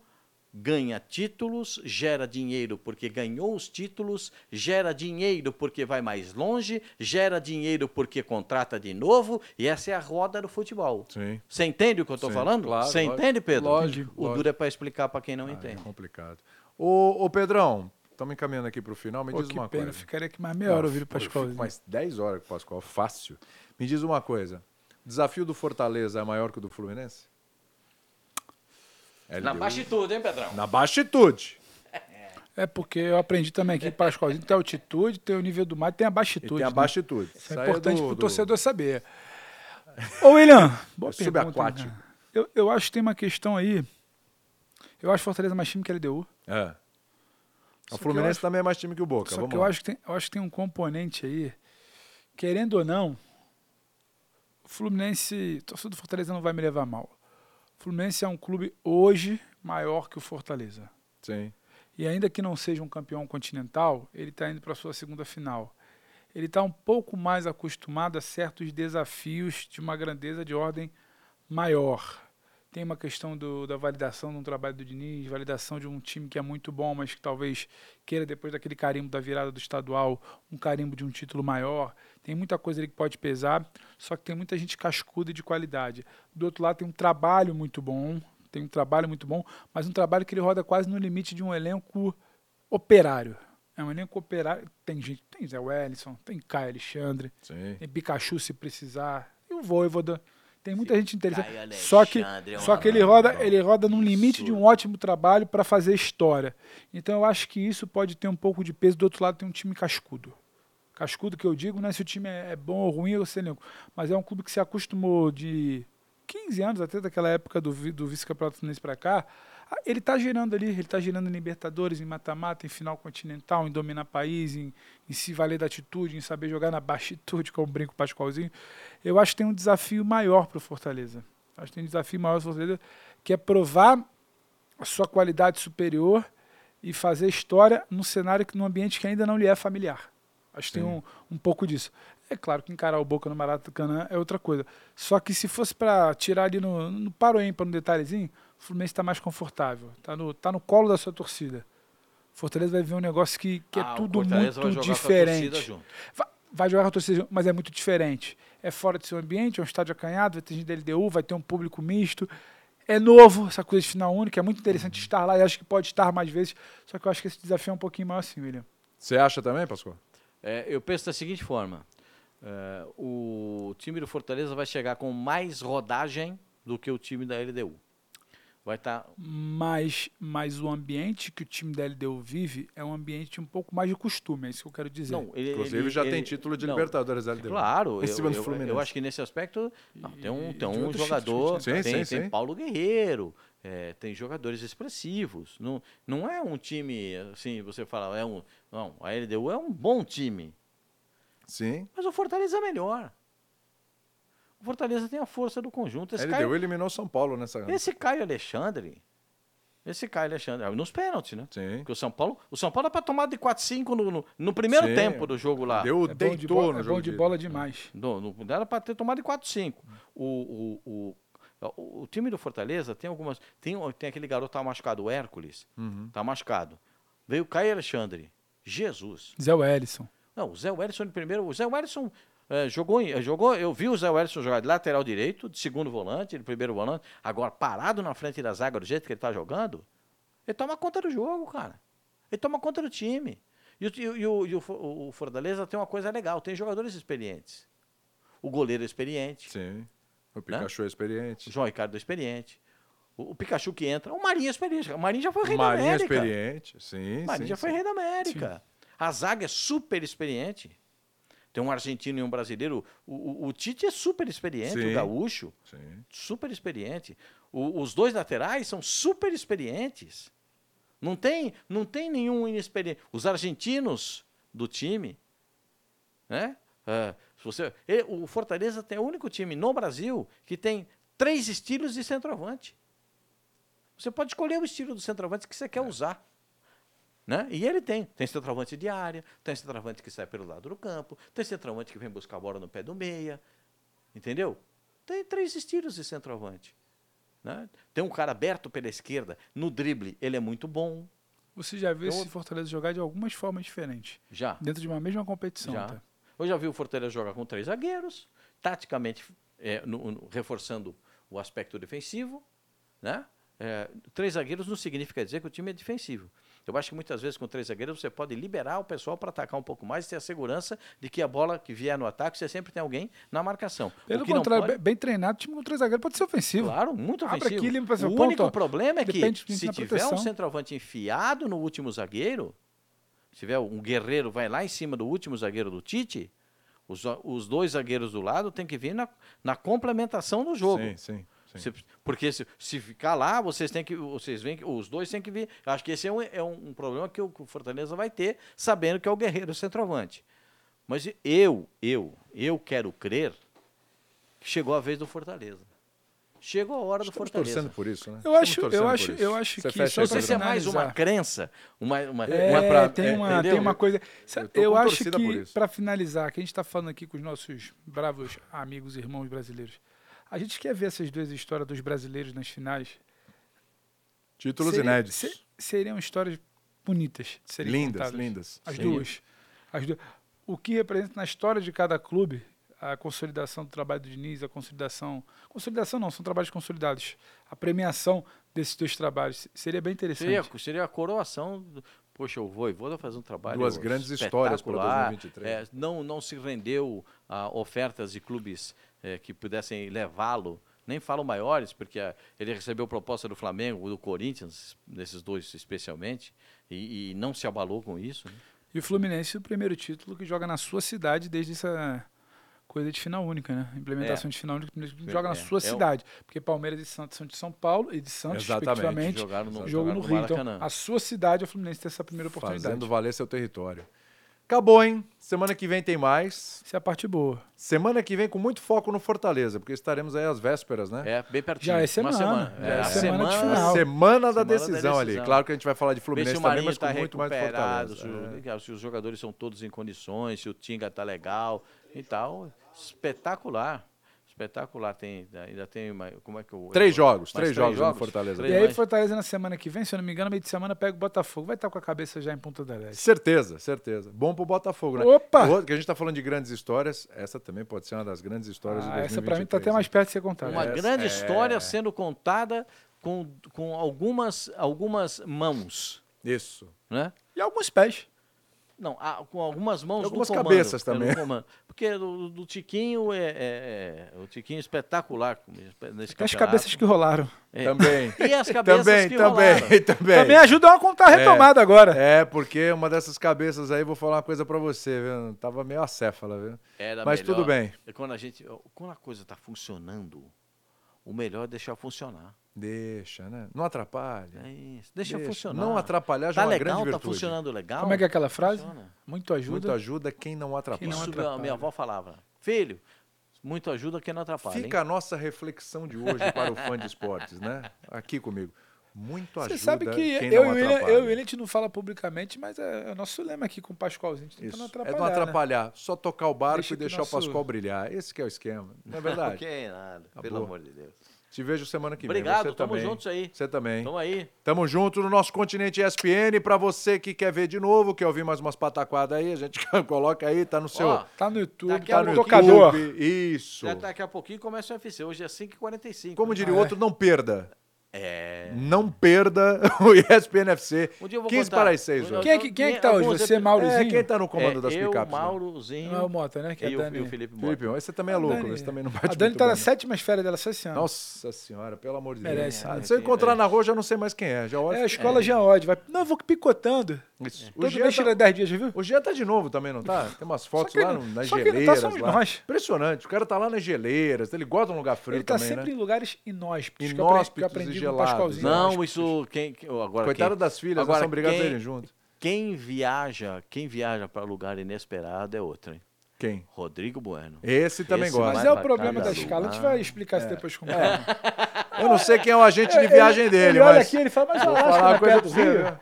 Speaker 4: ganha títulos, gera dinheiro porque ganhou os títulos, gera dinheiro porque vai mais longe, gera dinheiro porque contrata de novo, e essa é a roda do futebol.
Speaker 3: Sim.
Speaker 4: Você entende o que eu estou
Speaker 3: Sim,
Speaker 4: falando?
Speaker 3: claro,
Speaker 4: Você
Speaker 3: lógico,
Speaker 4: entende, Pedro?
Speaker 3: lógico,
Speaker 4: o duro
Speaker 3: lógico.
Speaker 4: é para explicar para quem não
Speaker 3: Ah, é
Speaker 4: entende.
Speaker 3: complicado. Ô, ô Pedrão, estamos encaminhando aqui para o final. Me
Speaker 2: Pô,
Speaker 3: diz
Speaker 2: que
Speaker 3: uma
Speaker 2: pena,
Speaker 3: coisa.
Speaker 2: ficaria aqui mais meia É hora ouvindo o
Speaker 3: Pô, eu
Speaker 2: Pascoal.
Speaker 3: fico mais 10 horas com o Pascoal, fácil. Me diz uma coisa. O desafio do Fortaleza é maior que o do Fluminense?
Speaker 4: Na
Speaker 3: LDU.
Speaker 4: baixitude, hein, Pedrão?
Speaker 3: Na baixitude.
Speaker 2: É porque eu aprendi também que Pascoalzinho tem a altitude, tem o nível do mar, tem a
Speaker 3: E
Speaker 2: baixitude.
Speaker 3: tem a
Speaker 2: né?
Speaker 3: baixitude.
Speaker 2: Isso é
Speaker 3: Saia
Speaker 2: importante
Speaker 3: do-
Speaker 2: pro
Speaker 3: do-
Speaker 2: torcedor
Speaker 3: [LAUGHS]
Speaker 2: saber. Ô, William, boa
Speaker 3: É
Speaker 2: pergunta, hein,
Speaker 3: subaquático.
Speaker 2: cara. Eu, eu acho que tem uma questão aí. Eu acho Fortaleza mais time que a LDU.
Speaker 3: É. O
Speaker 2: eu
Speaker 3: Fluminense
Speaker 2: acho-
Speaker 3: também é mais time que o Boca.
Speaker 2: Só
Speaker 3: Vamos
Speaker 2: que eu
Speaker 3: lá.
Speaker 2: acho que, tem, eu acho que tem um componente aí, querendo ou não, o Fluminense, o torcedor do Fortaleza não vai me levar mal. O Fluminense é um clube hoje maior que o Fortaleza.
Speaker 3: Sim.
Speaker 2: E ainda que não seja um campeão continental, ele está indo para sua segunda final. Ele está um pouco mais acostumado a certos desafios de uma grandeza de ordem maior. Tem uma questão do- da validação de um trabalho do Diniz, validação de um time que é muito bom, mas que talvez queira, depois daquele carimbo da virada do estadual, um carimbo de um título maior. Tem muita coisa ali que pode pesar, só que tem muita gente cascuda e de qualidade. Do outro lado, tem um trabalho muito bom, tem um trabalho muito bom, mas um trabalho que ele roda quase no limite de um elenco operário. É um elenco operário. Tem gente, tem Zé Wellison, tem Caio Alexandre,
Speaker 3: Sim.
Speaker 2: tem Pikachu se precisar, e o Voivoda. Tem muita gente interessante.
Speaker 4: Caio
Speaker 2: Só que,
Speaker 4: Alexandre é um
Speaker 2: só que ele roda, ele roda num limite de um ótimo trabalho para fazer história. Então eu acho que isso pode ter um pouco de peso. Do outro lado tem um time cascudo. Cascudo que eu digo, não é se o time é é bom ou ruim, eu sei nem. Mas é um clube que se acostumou de 15 anos, até daquela época do, vi- do vice-campeonato Fluminense para cá. Ah, Ele está girando ali, ele está girando em Libertadores, em mata-mata, em final continental, em dominar país, em, em se valer da atitude, em saber jogar na baixitude, como brinco o Pascoalzinho. Eu acho que tem um desafio maior para o Fortaleza. Acho que tem um desafio maior para o Fortaleza, que é provar a sua qualidade superior e fazer história num cenário, que, num ambiente que ainda não lhe é familiar. Acho que tem um, um pouco disso. É claro que encarar o Boca no Maracanã é outra coisa. Só que se fosse para tirar ali no, no paro ímpar, no detalhezinho, o Fluminense está mais confortável. Está no, tá no colo da sua torcida. Fortaleza vai ver um negócio que, que
Speaker 4: Ah,
Speaker 2: é
Speaker 4: o
Speaker 2: tudo
Speaker 4: Fortaleza vai
Speaker 2: muito
Speaker 4: jogar com a torcida
Speaker 2: diferente.
Speaker 4: junto.
Speaker 2: Va- Vai jogar com a torcida, junto, mas é muito diferente. É fora do seu ambiente, é um estádio acanhado, vai ter gente da LDU, vai ter um público misto. É novo, essa coisa de final única, é muito
Speaker 4: Uhum.
Speaker 2: interessante estar lá e acho que pode estar mais vezes. Só que eu acho que esse desafio é um pouquinho maior assim, William.
Speaker 3: Você acha também, Pascoal?
Speaker 4: É, eu penso da seguinte forma: é, o time do Fortaleza vai chegar com mais rodagem do que o time da LDU. Vai tá, estar.
Speaker 2: Mas, mas o ambiente que o time da LDU vive é um ambiente um pouco mais de costume, é isso que eu quero dizer.
Speaker 4: não, ele,
Speaker 3: Inclusive
Speaker 4: ele-
Speaker 3: já
Speaker 4: ele-
Speaker 3: tem título de
Speaker 4: não,
Speaker 3: Libertadores né? LDU.
Speaker 4: Claro,
Speaker 3: Em
Speaker 4: eu,
Speaker 3: cima do
Speaker 4: eu-
Speaker 3: Fluminense.
Speaker 4: eu acho que nesse aspecto não, tem um,
Speaker 2: E-
Speaker 4: tem
Speaker 2: de
Speaker 4: um
Speaker 2: outros
Speaker 4: jogador,
Speaker 2: títulos
Speaker 3: continentais. Sim,
Speaker 4: tem,
Speaker 3: sim,
Speaker 4: tem
Speaker 3: sim.
Speaker 4: Paulo Guerreiro, é, tem jogadores expressivos. Não, não é um time, assim, você fala, é um. Não, a LDU é um bom time.
Speaker 3: Sim.
Speaker 4: Mas o Fortaleza é melhor. O Fortaleza tem a força do conjunto. Esse é
Speaker 3: LDU
Speaker 4: Caio-
Speaker 3: eliminou São Paulo nessa.
Speaker 4: Esse Caio Alexandre. Esse Caio Alexandre. Nos pênaltis, né?
Speaker 3: Sim.
Speaker 4: Porque o São Paulo. O São Paulo é pra tomar de 4-5 no, no, no primeiro
Speaker 3: Sim.
Speaker 4: tempo do jogo lá.
Speaker 3: Deu
Speaker 2: é bom de,
Speaker 3: deitou
Speaker 2: bola,
Speaker 3: no
Speaker 2: é
Speaker 3: jogo
Speaker 2: bom de
Speaker 3: de-
Speaker 2: bola demais.
Speaker 4: No, no, era pra ter tomado de 4-5. O, o, o, o, o time do Fortaleza tem algumas. Tem, um- tem aquele garoto que tá machucado, o Hércules.
Speaker 3: Uhum.
Speaker 4: Tá machucado. Veio o Caio Alexandre. Jesus.
Speaker 2: Zé Wellison.
Speaker 4: Não, o Zé Wellison de primeiro. O Zé Wellison eh, jogou, em- eh, jogou. Eu vi o Zé Wellison jogar de lateral direito, de segundo volante, de primeiro volante. Agora, parado na frente da zaga do jeito que ele tá jogando, ele toma conta do jogo, cara. Ele toma conta do time. E, o, e o- e o- e o Fo- o Fortaleza tem uma coisa legal: tem jogadores experientes. O goleiro é experiente,
Speaker 3: Sim.
Speaker 4: Né?
Speaker 3: O Pikachu é
Speaker 4: o
Speaker 3: experiente.
Speaker 4: João Ricardo é experiente, o, o Pikachu que entra, o Marinho é experiente. cara. O Marinho já foi rei da
Speaker 3: Marinho é
Speaker 4: América.
Speaker 3: experiente. Sim. sim,
Speaker 4: Marinho já foi
Speaker 3: sim.
Speaker 4: rei da América. A zaga é super experiente. Tem um argentino e um brasileiro. O, o- o Tite é super experiente,
Speaker 3: Sim.
Speaker 4: o Gaúcho,
Speaker 3: Sim.
Speaker 4: super experiente. O- os dois laterais são super experientes. Não tem, não tem nenhum inexperiente. Os argentinos do time, né? Ah, se você, e- o Fortaleza tem o único time no Brasil que tem três estilos de centroavante. Você pode escolher o estilo do centroavante que você quer usar. Né? E ele tem. Tem centroavante de área, tem centroavante que sai pelo lado do campo, tem centroavante que vem buscar a bola no pé do meia. Entendeu? Tem três estilos de centroavante. né? Tem um cara aberto pela esquerda, no drible ele é muito bom.
Speaker 2: Você já viu
Speaker 4: Então-
Speaker 2: esse Fortaleza jogar de algumas formas diferentes,
Speaker 4: Já.
Speaker 2: dentro de uma mesma competição.
Speaker 4: já.
Speaker 2: tá?
Speaker 4: Eu já vi o Fortaleza jogar com três zagueiros, taticamente é, no- no- reforçando o aspecto defensivo. Né? É, três zagueiros não significa dizer que o time é defensivo. Eu acho que muitas vezes com três zagueiros você pode liberar o pessoal para atacar um pouco mais e ter a segurança de que a bola que vier no ataque você sempre tem alguém na marcação. O
Speaker 2: Pelo
Speaker 4: que não
Speaker 2: contrário,
Speaker 4: pode-
Speaker 2: bem- bem treinado, o time com três zagueiros pode ser ofensivo.
Speaker 4: Claro, muito
Speaker 2: Abre
Speaker 4: ofensivo.
Speaker 2: aqui, limpa seu
Speaker 4: o
Speaker 2: ponto,
Speaker 4: único
Speaker 2: ó.
Speaker 4: problema é que
Speaker 2: Depende de quem
Speaker 4: se
Speaker 2: na
Speaker 4: tiver um
Speaker 2: proteção.
Speaker 4: centroavante enfiado no último zagueiro, se tiver um guerreiro vai lá em cima do último zagueiro do Tite, os, os dois zagueiros do lado tem que vir na, na complementação do jogo.
Speaker 3: Sim, sim. sim.
Speaker 4: Se- porque se, se ficar lá, vocês têm que. Vocês vêm, que- os dois têm que vir. Eu acho que esse é um, é um- um problema que o, que o Fortaleza vai ter, sabendo que é o Guerreiro centroavante. Mas eu, eu, eu quero crer que chegou a vez do Fortaleza. chegou a hora do
Speaker 3: Estamos
Speaker 4: Fortaleza.
Speaker 3: torcendo por isso, né?
Speaker 2: Eu acho-
Speaker 3: Estamos
Speaker 2: eu
Speaker 3: torcendo
Speaker 2: acho-
Speaker 3: por isso.
Speaker 2: eu acho
Speaker 3: Você
Speaker 2: que
Speaker 3: fecha
Speaker 2: só
Speaker 4: Não
Speaker 3: esse
Speaker 4: sei se é
Speaker 3: programa.
Speaker 4: mais uma
Speaker 2: finalizar.
Speaker 4: crença, uma, uma,
Speaker 2: É,
Speaker 4: uma pra-
Speaker 2: tem,
Speaker 4: é,
Speaker 2: uma,
Speaker 4: entendeu?
Speaker 2: tem uma coisa. Sa-
Speaker 3: Eu
Speaker 2: Eu,
Speaker 3: tô com
Speaker 2: acho
Speaker 3: torcida por
Speaker 2: que,
Speaker 3: isso.
Speaker 2: para finalizar, que a gente está falando aqui com os nossos bravos amigos e irmãos brasileiros, a gente quer ver essas duas histórias dos brasileiros nas finais.
Speaker 3: Títulos
Speaker 2: é Seria-
Speaker 3: inéditos.
Speaker 2: se- seriam histórias bonitas. de serem
Speaker 3: lindas,
Speaker 2: contadas.
Speaker 3: lindas.
Speaker 2: As
Speaker 4: Sim.
Speaker 2: duas. As duas. O que representa na história de cada clube a consolidação do trabalho do Diniz, a consolidação. Consolidação não, são trabalhos consolidados. A premiação desses dois trabalhos. Se- Seria bem interessante.
Speaker 4: Seria, seria a coroação. do- Poxa, o Voivoda faz um trabalho
Speaker 3: Duas grandes histórias para
Speaker 4: espetacular,
Speaker 3: 2023.
Speaker 4: é, não, não se rendeu a ofertas de clubes é, que pudessem levá-lo, nem falo maiores, porque ah, ele recebeu proposta do Flamengo, do Corinthians, desses dois especialmente, e, e não se abalou com isso. né?
Speaker 2: E o Fluminense, o primeiro título que joga na sua cidade desde essa coisa de final única, né? Implementação de final única, o Fluminense joga
Speaker 4: É,
Speaker 2: na sua
Speaker 4: é o-
Speaker 2: cidade. Porque Palmeiras e Santos são de São Paulo e de Santos,
Speaker 3: Exatamente,
Speaker 2: respectivamente.
Speaker 4: jogaram
Speaker 2: jogo
Speaker 4: no- jogaram
Speaker 2: no
Speaker 4: no
Speaker 2: Rio. Então,
Speaker 4: Maracanã.
Speaker 2: a sua cidade, o Fluminense tem essa primeira oportunidade.
Speaker 3: Fazendo valer seu território. Acabou, hein? Semana que vem tem mais.
Speaker 2: Essa é a parte boa.
Speaker 3: Semana que vem com muito foco no Fortaleza, porque estaremos aí às vésperas, né?
Speaker 4: É, bem pertinho.
Speaker 2: Já é
Speaker 4: Uma
Speaker 2: semana,
Speaker 4: semana.
Speaker 2: já é
Speaker 4: a
Speaker 2: semana de
Speaker 3: A
Speaker 2: final.
Speaker 3: semana da
Speaker 4: Semana da
Speaker 3: decisão, ali.
Speaker 4: decisão.
Speaker 3: Claro que a gente vai falar de
Speaker 4: Vê se
Speaker 3: Fluminense
Speaker 4: o
Speaker 3: também,
Speaker 4: Marinho
Speaker 3: mas com
Speaker 4: está
Speaker 3: muito mais
Speaker 4: recuperado,
Speaker 3: Fortaleza. é.
Speaker 4: se, o- legal, se os jogadores são todos em condições, se o Tinga está legal e tal. Espetacular. Espetacular. Tem, ainda tem mais- como é que eu,
Speaker 3: Três
Speaker 4: eu-
Speaker 3: jogos,
Speaker 4: mais
Speaker 3: três jogos no Fortaleza.
Speaker 2: E
Speaker 4: Três
Speaker 2: aí,
Speaker 4: mais-
Speaker 2: Fortaleza na semana que vem, se eu não me engano, meio de semana pega o Botafogo. Vai estar com a cabeça já em ponta da leste.
Speaker 3: Certeza, certeza. Bom pro Botafogo, né?
Speaker 2: É Opa!
Speaker 3: O outro, que a gente tá falando de grandes histórias, essa também pode ser uma das grandes histórias de
Speaker 2: Ah,
Speaker 3: 2023.
Speaker 2: essa pra mim tá até mais perto de ser contada.
Speaker 4: uma
Speaker 2: É.
Speaker 4: grande história sendo contada com, com algumas, algumas mãos,
Speaker 3: Isso.
Speaker 4: né?
Speaker 2: E alguns pés.
Speaker 4: Não, ah, com algumas mãos
Speaker 3: Algumas
Speaker 4: no comando,
Speaker 3: cabeças
Speaker 4: é,
Speaker 3: também.
Speaker 4: no comando. Porque do, do Tiquinho é, é- é- o Tiquinho é espetacular como espe- nesse
Speaker 2: Tem as
Speaker 4: campeonato.
Speaker 2: cabeças que rolaram.
Speaker 4: É.
Speaker 3: Também.
Speaker 4: [LAUGHS] E as cabeças
Speaker 3: também,
Speaker 4: que rolaram.
Speaker 3: também, [LAUGHS] também.
Speaker 2: Também né? ajudam a contar a retomada agora.
Speaker 3: É, porque uma dessas cabeças aí, vou falar uma coisa pra você, viu? Tava meio acéfala, viu?
Speaker 4: Era
Speaker 3: Mas
Speaker 4: melhor.
Speaker 3: tudo bem.
Speaker 4: É Quando a gente, quando a coisa está funcionando, o melhor é deixar funcionar.
Speaker 3: Deixa, né? Não atrapalha.
Speaker 4: É isso. Deixa,
Speaker 3: Deixa.
Speaker 4: funcionar.
Speaker 3: Não atrapalhar já
Speaker 4: tá
Speaker 3: é uma
Speaker 4: legal,
Speaker 3: grande
Speaker 4: tá
Speaker 3: virtude.
Speaker 4: funcionando legal.
Speaker 2: Como é que é aquela frase?
Speaker 4: Funciona.
Speaker 2: Muito ajuda.
Speaker 3: Muito ajuda quem não atrapalha.
Speaker 2: não
Speaker 4: Isso
Speaker 2: atrapalha.
Speaker 4: a minha avó falava. Filho, muito ajuda quem não atrapalha. hein?
Speaker 3: Fica a nossa reflexão de hoje para o fã de esportes, né? Aqui comigo. Muito ajuda
Speaker 2: Você sabe que
Speaker 3: quem
Speaker 2: eu e,
Speaker 3: não
Speaker 2: o William,
Speaker 3: atrapalha.
Speaker 2: eu e o William, a gente não fala publicamente, mas é, é o nosso lema aqui com o Pascoalzinho. A gente tenta
Speaker 3: Isso.
Speaker 2: não
Speaker 3: é
Speaker 2: atrapalhar.
Speaker 3: não
Speaker 2: né?
Speaker 3: atrapalhar, só tocar o barco
Speaker 2: Deixa
Speaker 3: e
Speaker 2: que
Speaker 3: deixar
Speaker 2: nosso-
Speaker 3: o Pascoal brilhar. Esse que é o esquema, não é verdade?
Speaker 4: [LAUGHS] Ok, nada. Pelo
Speaker 3: Acabou.
Speaker 4: amor de Deus.
Speaker 3: Te vejo semana que vem.
Speaker 4: Obrigado,
Speaker 3: Você
Speaker 4: tamo
Speaker 3: também.
Speaker 4: juntos aí.
Speaker 3: Você também.
Speaker 4: Então aí.
Speaker 3: Tamo junto no nosso Continente ESPN. Pra você que quer ver de novo, quer ouvir mais umas pataquadas aí, a gente [LAUGHS] coloca aí, tá no seu...
Speaker 4: Ó,
Speaker 2: Tá no YouTube,
Speaker 4: Daqui a
Speaker 2: tá
Speaker 3: tá
Speaker 2: no
Speaker 3: no
Speaker 2: tocador.
Speaker 3: YouTube. Isso.
Speaker 4: já tá, daqui a pouquinho começa o UFC. Hoje é 5h45.
Speaker 3: Como diria o
Speaker 2: Ah, é.
Speaker 3: outro, não perda.
Speaker 4: É.
Speaker 3: Não perda [LAUGHS] o ESPN FC.
Speaker 4: Um dia eu vou
Speaker 3: 15
Speaker 4: contar.
Speaker 3: para as 6
Speaker 4: Um
Speaker 3: horas.
Speaker 4: dia
Speaker 2: Quem é que, quem é que tá hoje?
Speaker 4: Alguns
Speaker 2: Você,
Speaker 4: epi-
Speaker 3: É,
Speaker 2: Maurozinho?
Speaker 3: quem tá no comando das
Speaker 4: eu,
Speaker 3: picapes? né?
Speaker 4: Maurozinho.
Speaker 2: Não é o Mota, né? Que é
Speaker 4: e,
Speaker 2: a
Speaker 4: o-
Speaker 2: Dani.
Speaker 4: e o Felipe
Speaker 3: Felipe,
Speaker 4: Mota.
Speaker 3: esse também é louco, esse também não bate
Speaker 2: a Dani
Speaker 3: muito
Speaker 2: tá na
Speaker 3: bem.
Speaker 2: sétima esfera dela, só esse ano.
Speaker 3: Nossa senhora, pelo amor de Deus.
Speaker 2: Merece,
Speaker 3: Ah,
Speaker 2: né?
Speaker 3: Se eu encontrar na rua, eu já não sei mais quem é. Já olho.
Speaker 2: É, a escola Jean Odd. Vai... Não, eu vou picotando.
Speaker 3: Isso. O
Speaker 2: Todo
Speaker 3: Jean
Speaker 2: mês
Speaker 3: tá-
Speaker 2: tira 10 dias, já viu?
Speaker 3: O Jean tá de novo também, não tá? Tem umas fotos
Speaker 2: que ele-
Speaker 3: lá no- nas
Speaker 2: só que ele tá
Speaker 3: geleiras.
Speaker 2: só nos
Speaker 3: lá.
Speaker 2: nós.
Speaker 3: Impressionante. O cara tá lá nas geleiras, ele gosta de um lugar frio
Speaker 2: Ele tá
Speaker 3: também,
Speaker 2: sempre
Speaker 3: né?
Speaker 2: em lugares inóspitos. que eu aprendi- que eu
Speaker 3: Inóspitos e
Speaker 2: aprendi com o
Speaker 3: gelados.
Speaker 2: Pascoalzinho.
Speaker 4: Não, isso. Quem, que- agora,
Speaker 3: Coitado
Speaker 4: quem,
Speaker 3: das filhas, elas
Speaker 4: agora
Speaker 3: são obrigadas a
Speaker 4: quem-
Speaker 3: irem junto.
Speaker 4: Quem viaja, quem viaja para lugar inesperado é outro, hein?
Speaker 3: Quem?
Speaker 4: Rodrigo Bueno.
Speaker 3: Esse também
Speaker 4: Esse
Speaker 3: gosta.
Speaker 2: Mas
Speaker 4: Vai
Speaker 2: é o
Speaker 4: pra
Speaker 2: problema da
Speaker 4: cada
Speaker 2: escala. A gente vai explicar
Speaker 3: É.
Speaker 2: isso depois com calma.
Speaker 3: Eu não sei quem é o agente de viagem
Speaker 2: ele,
Speaker 3: dele,
Speaker 2: ele olha
Speaker 3: mas.
Speaker 2: aqui, ele fala, mas o
Speaker 3: Vou
Speaker 2: Alasca
Speaker 3: falar
Speaker 2: não
Speaker 3: uma
Speaker 2: é perto do
Speaker 3: coisa pra você, né?
Speaker 2: Rio.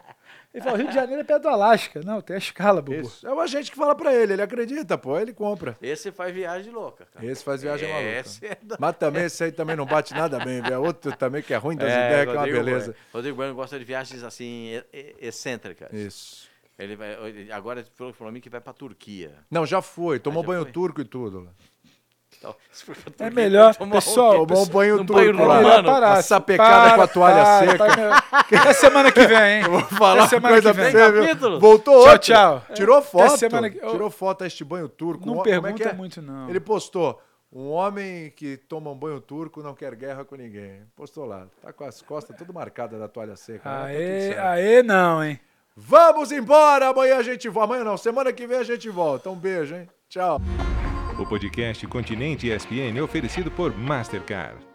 Speaker 2: Ele fala, Rio de Janeiro é perto do Alasca. Não, tem a escala, Bubu.
Speaker 3: Isso. É o agente que fala pra ele, ele acredita, pô, ele compra.
Speaker 4: Esse faz viagem louca, cara.
Speaker 3: Esse faz viagem maluca.
Speaker 4: Esse
Speaker 3: [LAUGHS]
Speaker 4: é da...
Speaker 3: Mas também esse aí também não bate nada bem, velho. Outro também que é ruim das ideias, que é uma
Speaker 4: Rodrigo
Speaker 3: beleza.
Speaker 4: Bueno. Rodrigo Bueno gosta de viagens assim, e- e- excêntricas.
Speaker 3: Isso.
Speaker 4: Ele vai, ele- agora ele falou pra mim que vai pra Turquia.
Speaker 3: Não, já foi. Tomou
Speaker 4: Ah, já
Speaker 3: banho
Speaker 4: foi?
Speaker 3: turco e tudo.
Speaker 4: Então, [LAUGHS] se for pra
Speaker 2: É
Speaker 4: Turquia,
Speaker 2: melhor,
Speaker 4: tomar um-
Speaker 2: pessoal. é
Speaker 3: Tomou um banho
Speaker 4: num
Speaker 3: turco
Speaker 4: banho
Speaker 3: lá.
Speaker 4: romano.
Speaker 2: melhor parar.
Speaker 3: Uma sapecada com a toalha
Speaker 2: para, tá.
Speaker 3: seca.
Speaker 2: para. Até semana que vem, hein? Eu vou
Speaker 3: Falar
Speaker 2: Até
Speaker 3: uma
Speaker 2: semana
Speaker 3: coisa
Speaker 2: que vem.
Speaker 3: pra você, viu?
Speaker 4: Capítulo.
Speaker 3: Voltou
Speaker 2: Tchau,
Speaker 3: outro.
Speaker 2: tchau.
Speaker 3: Tirou foto.
Speaker 2: semana que-
Speaker 3: Tirou foto a este banho turco.
Speaker 2: Não
Speaker 3: Um ho-
Speaker 2: pergunta muito, não.
Speaker 3: Ele postou. Um homem que toma um banho turco não quer guerra com ninguém. Postou lá. Tá com as costas tudo marcadas da toalha seca. né? Tá tudo
Speaker 2: Aê,
Speaker 3: certo.
Speaker 2: aê, não, hein?
Speaker 3: Vamos embora. Amanhã a gente volta. Amanhã não. Semana que vem a gente volta. Um beijo, hein? Tchau.
Speaker 1: O podcast Continente ESPN é oferecido por Mastercard.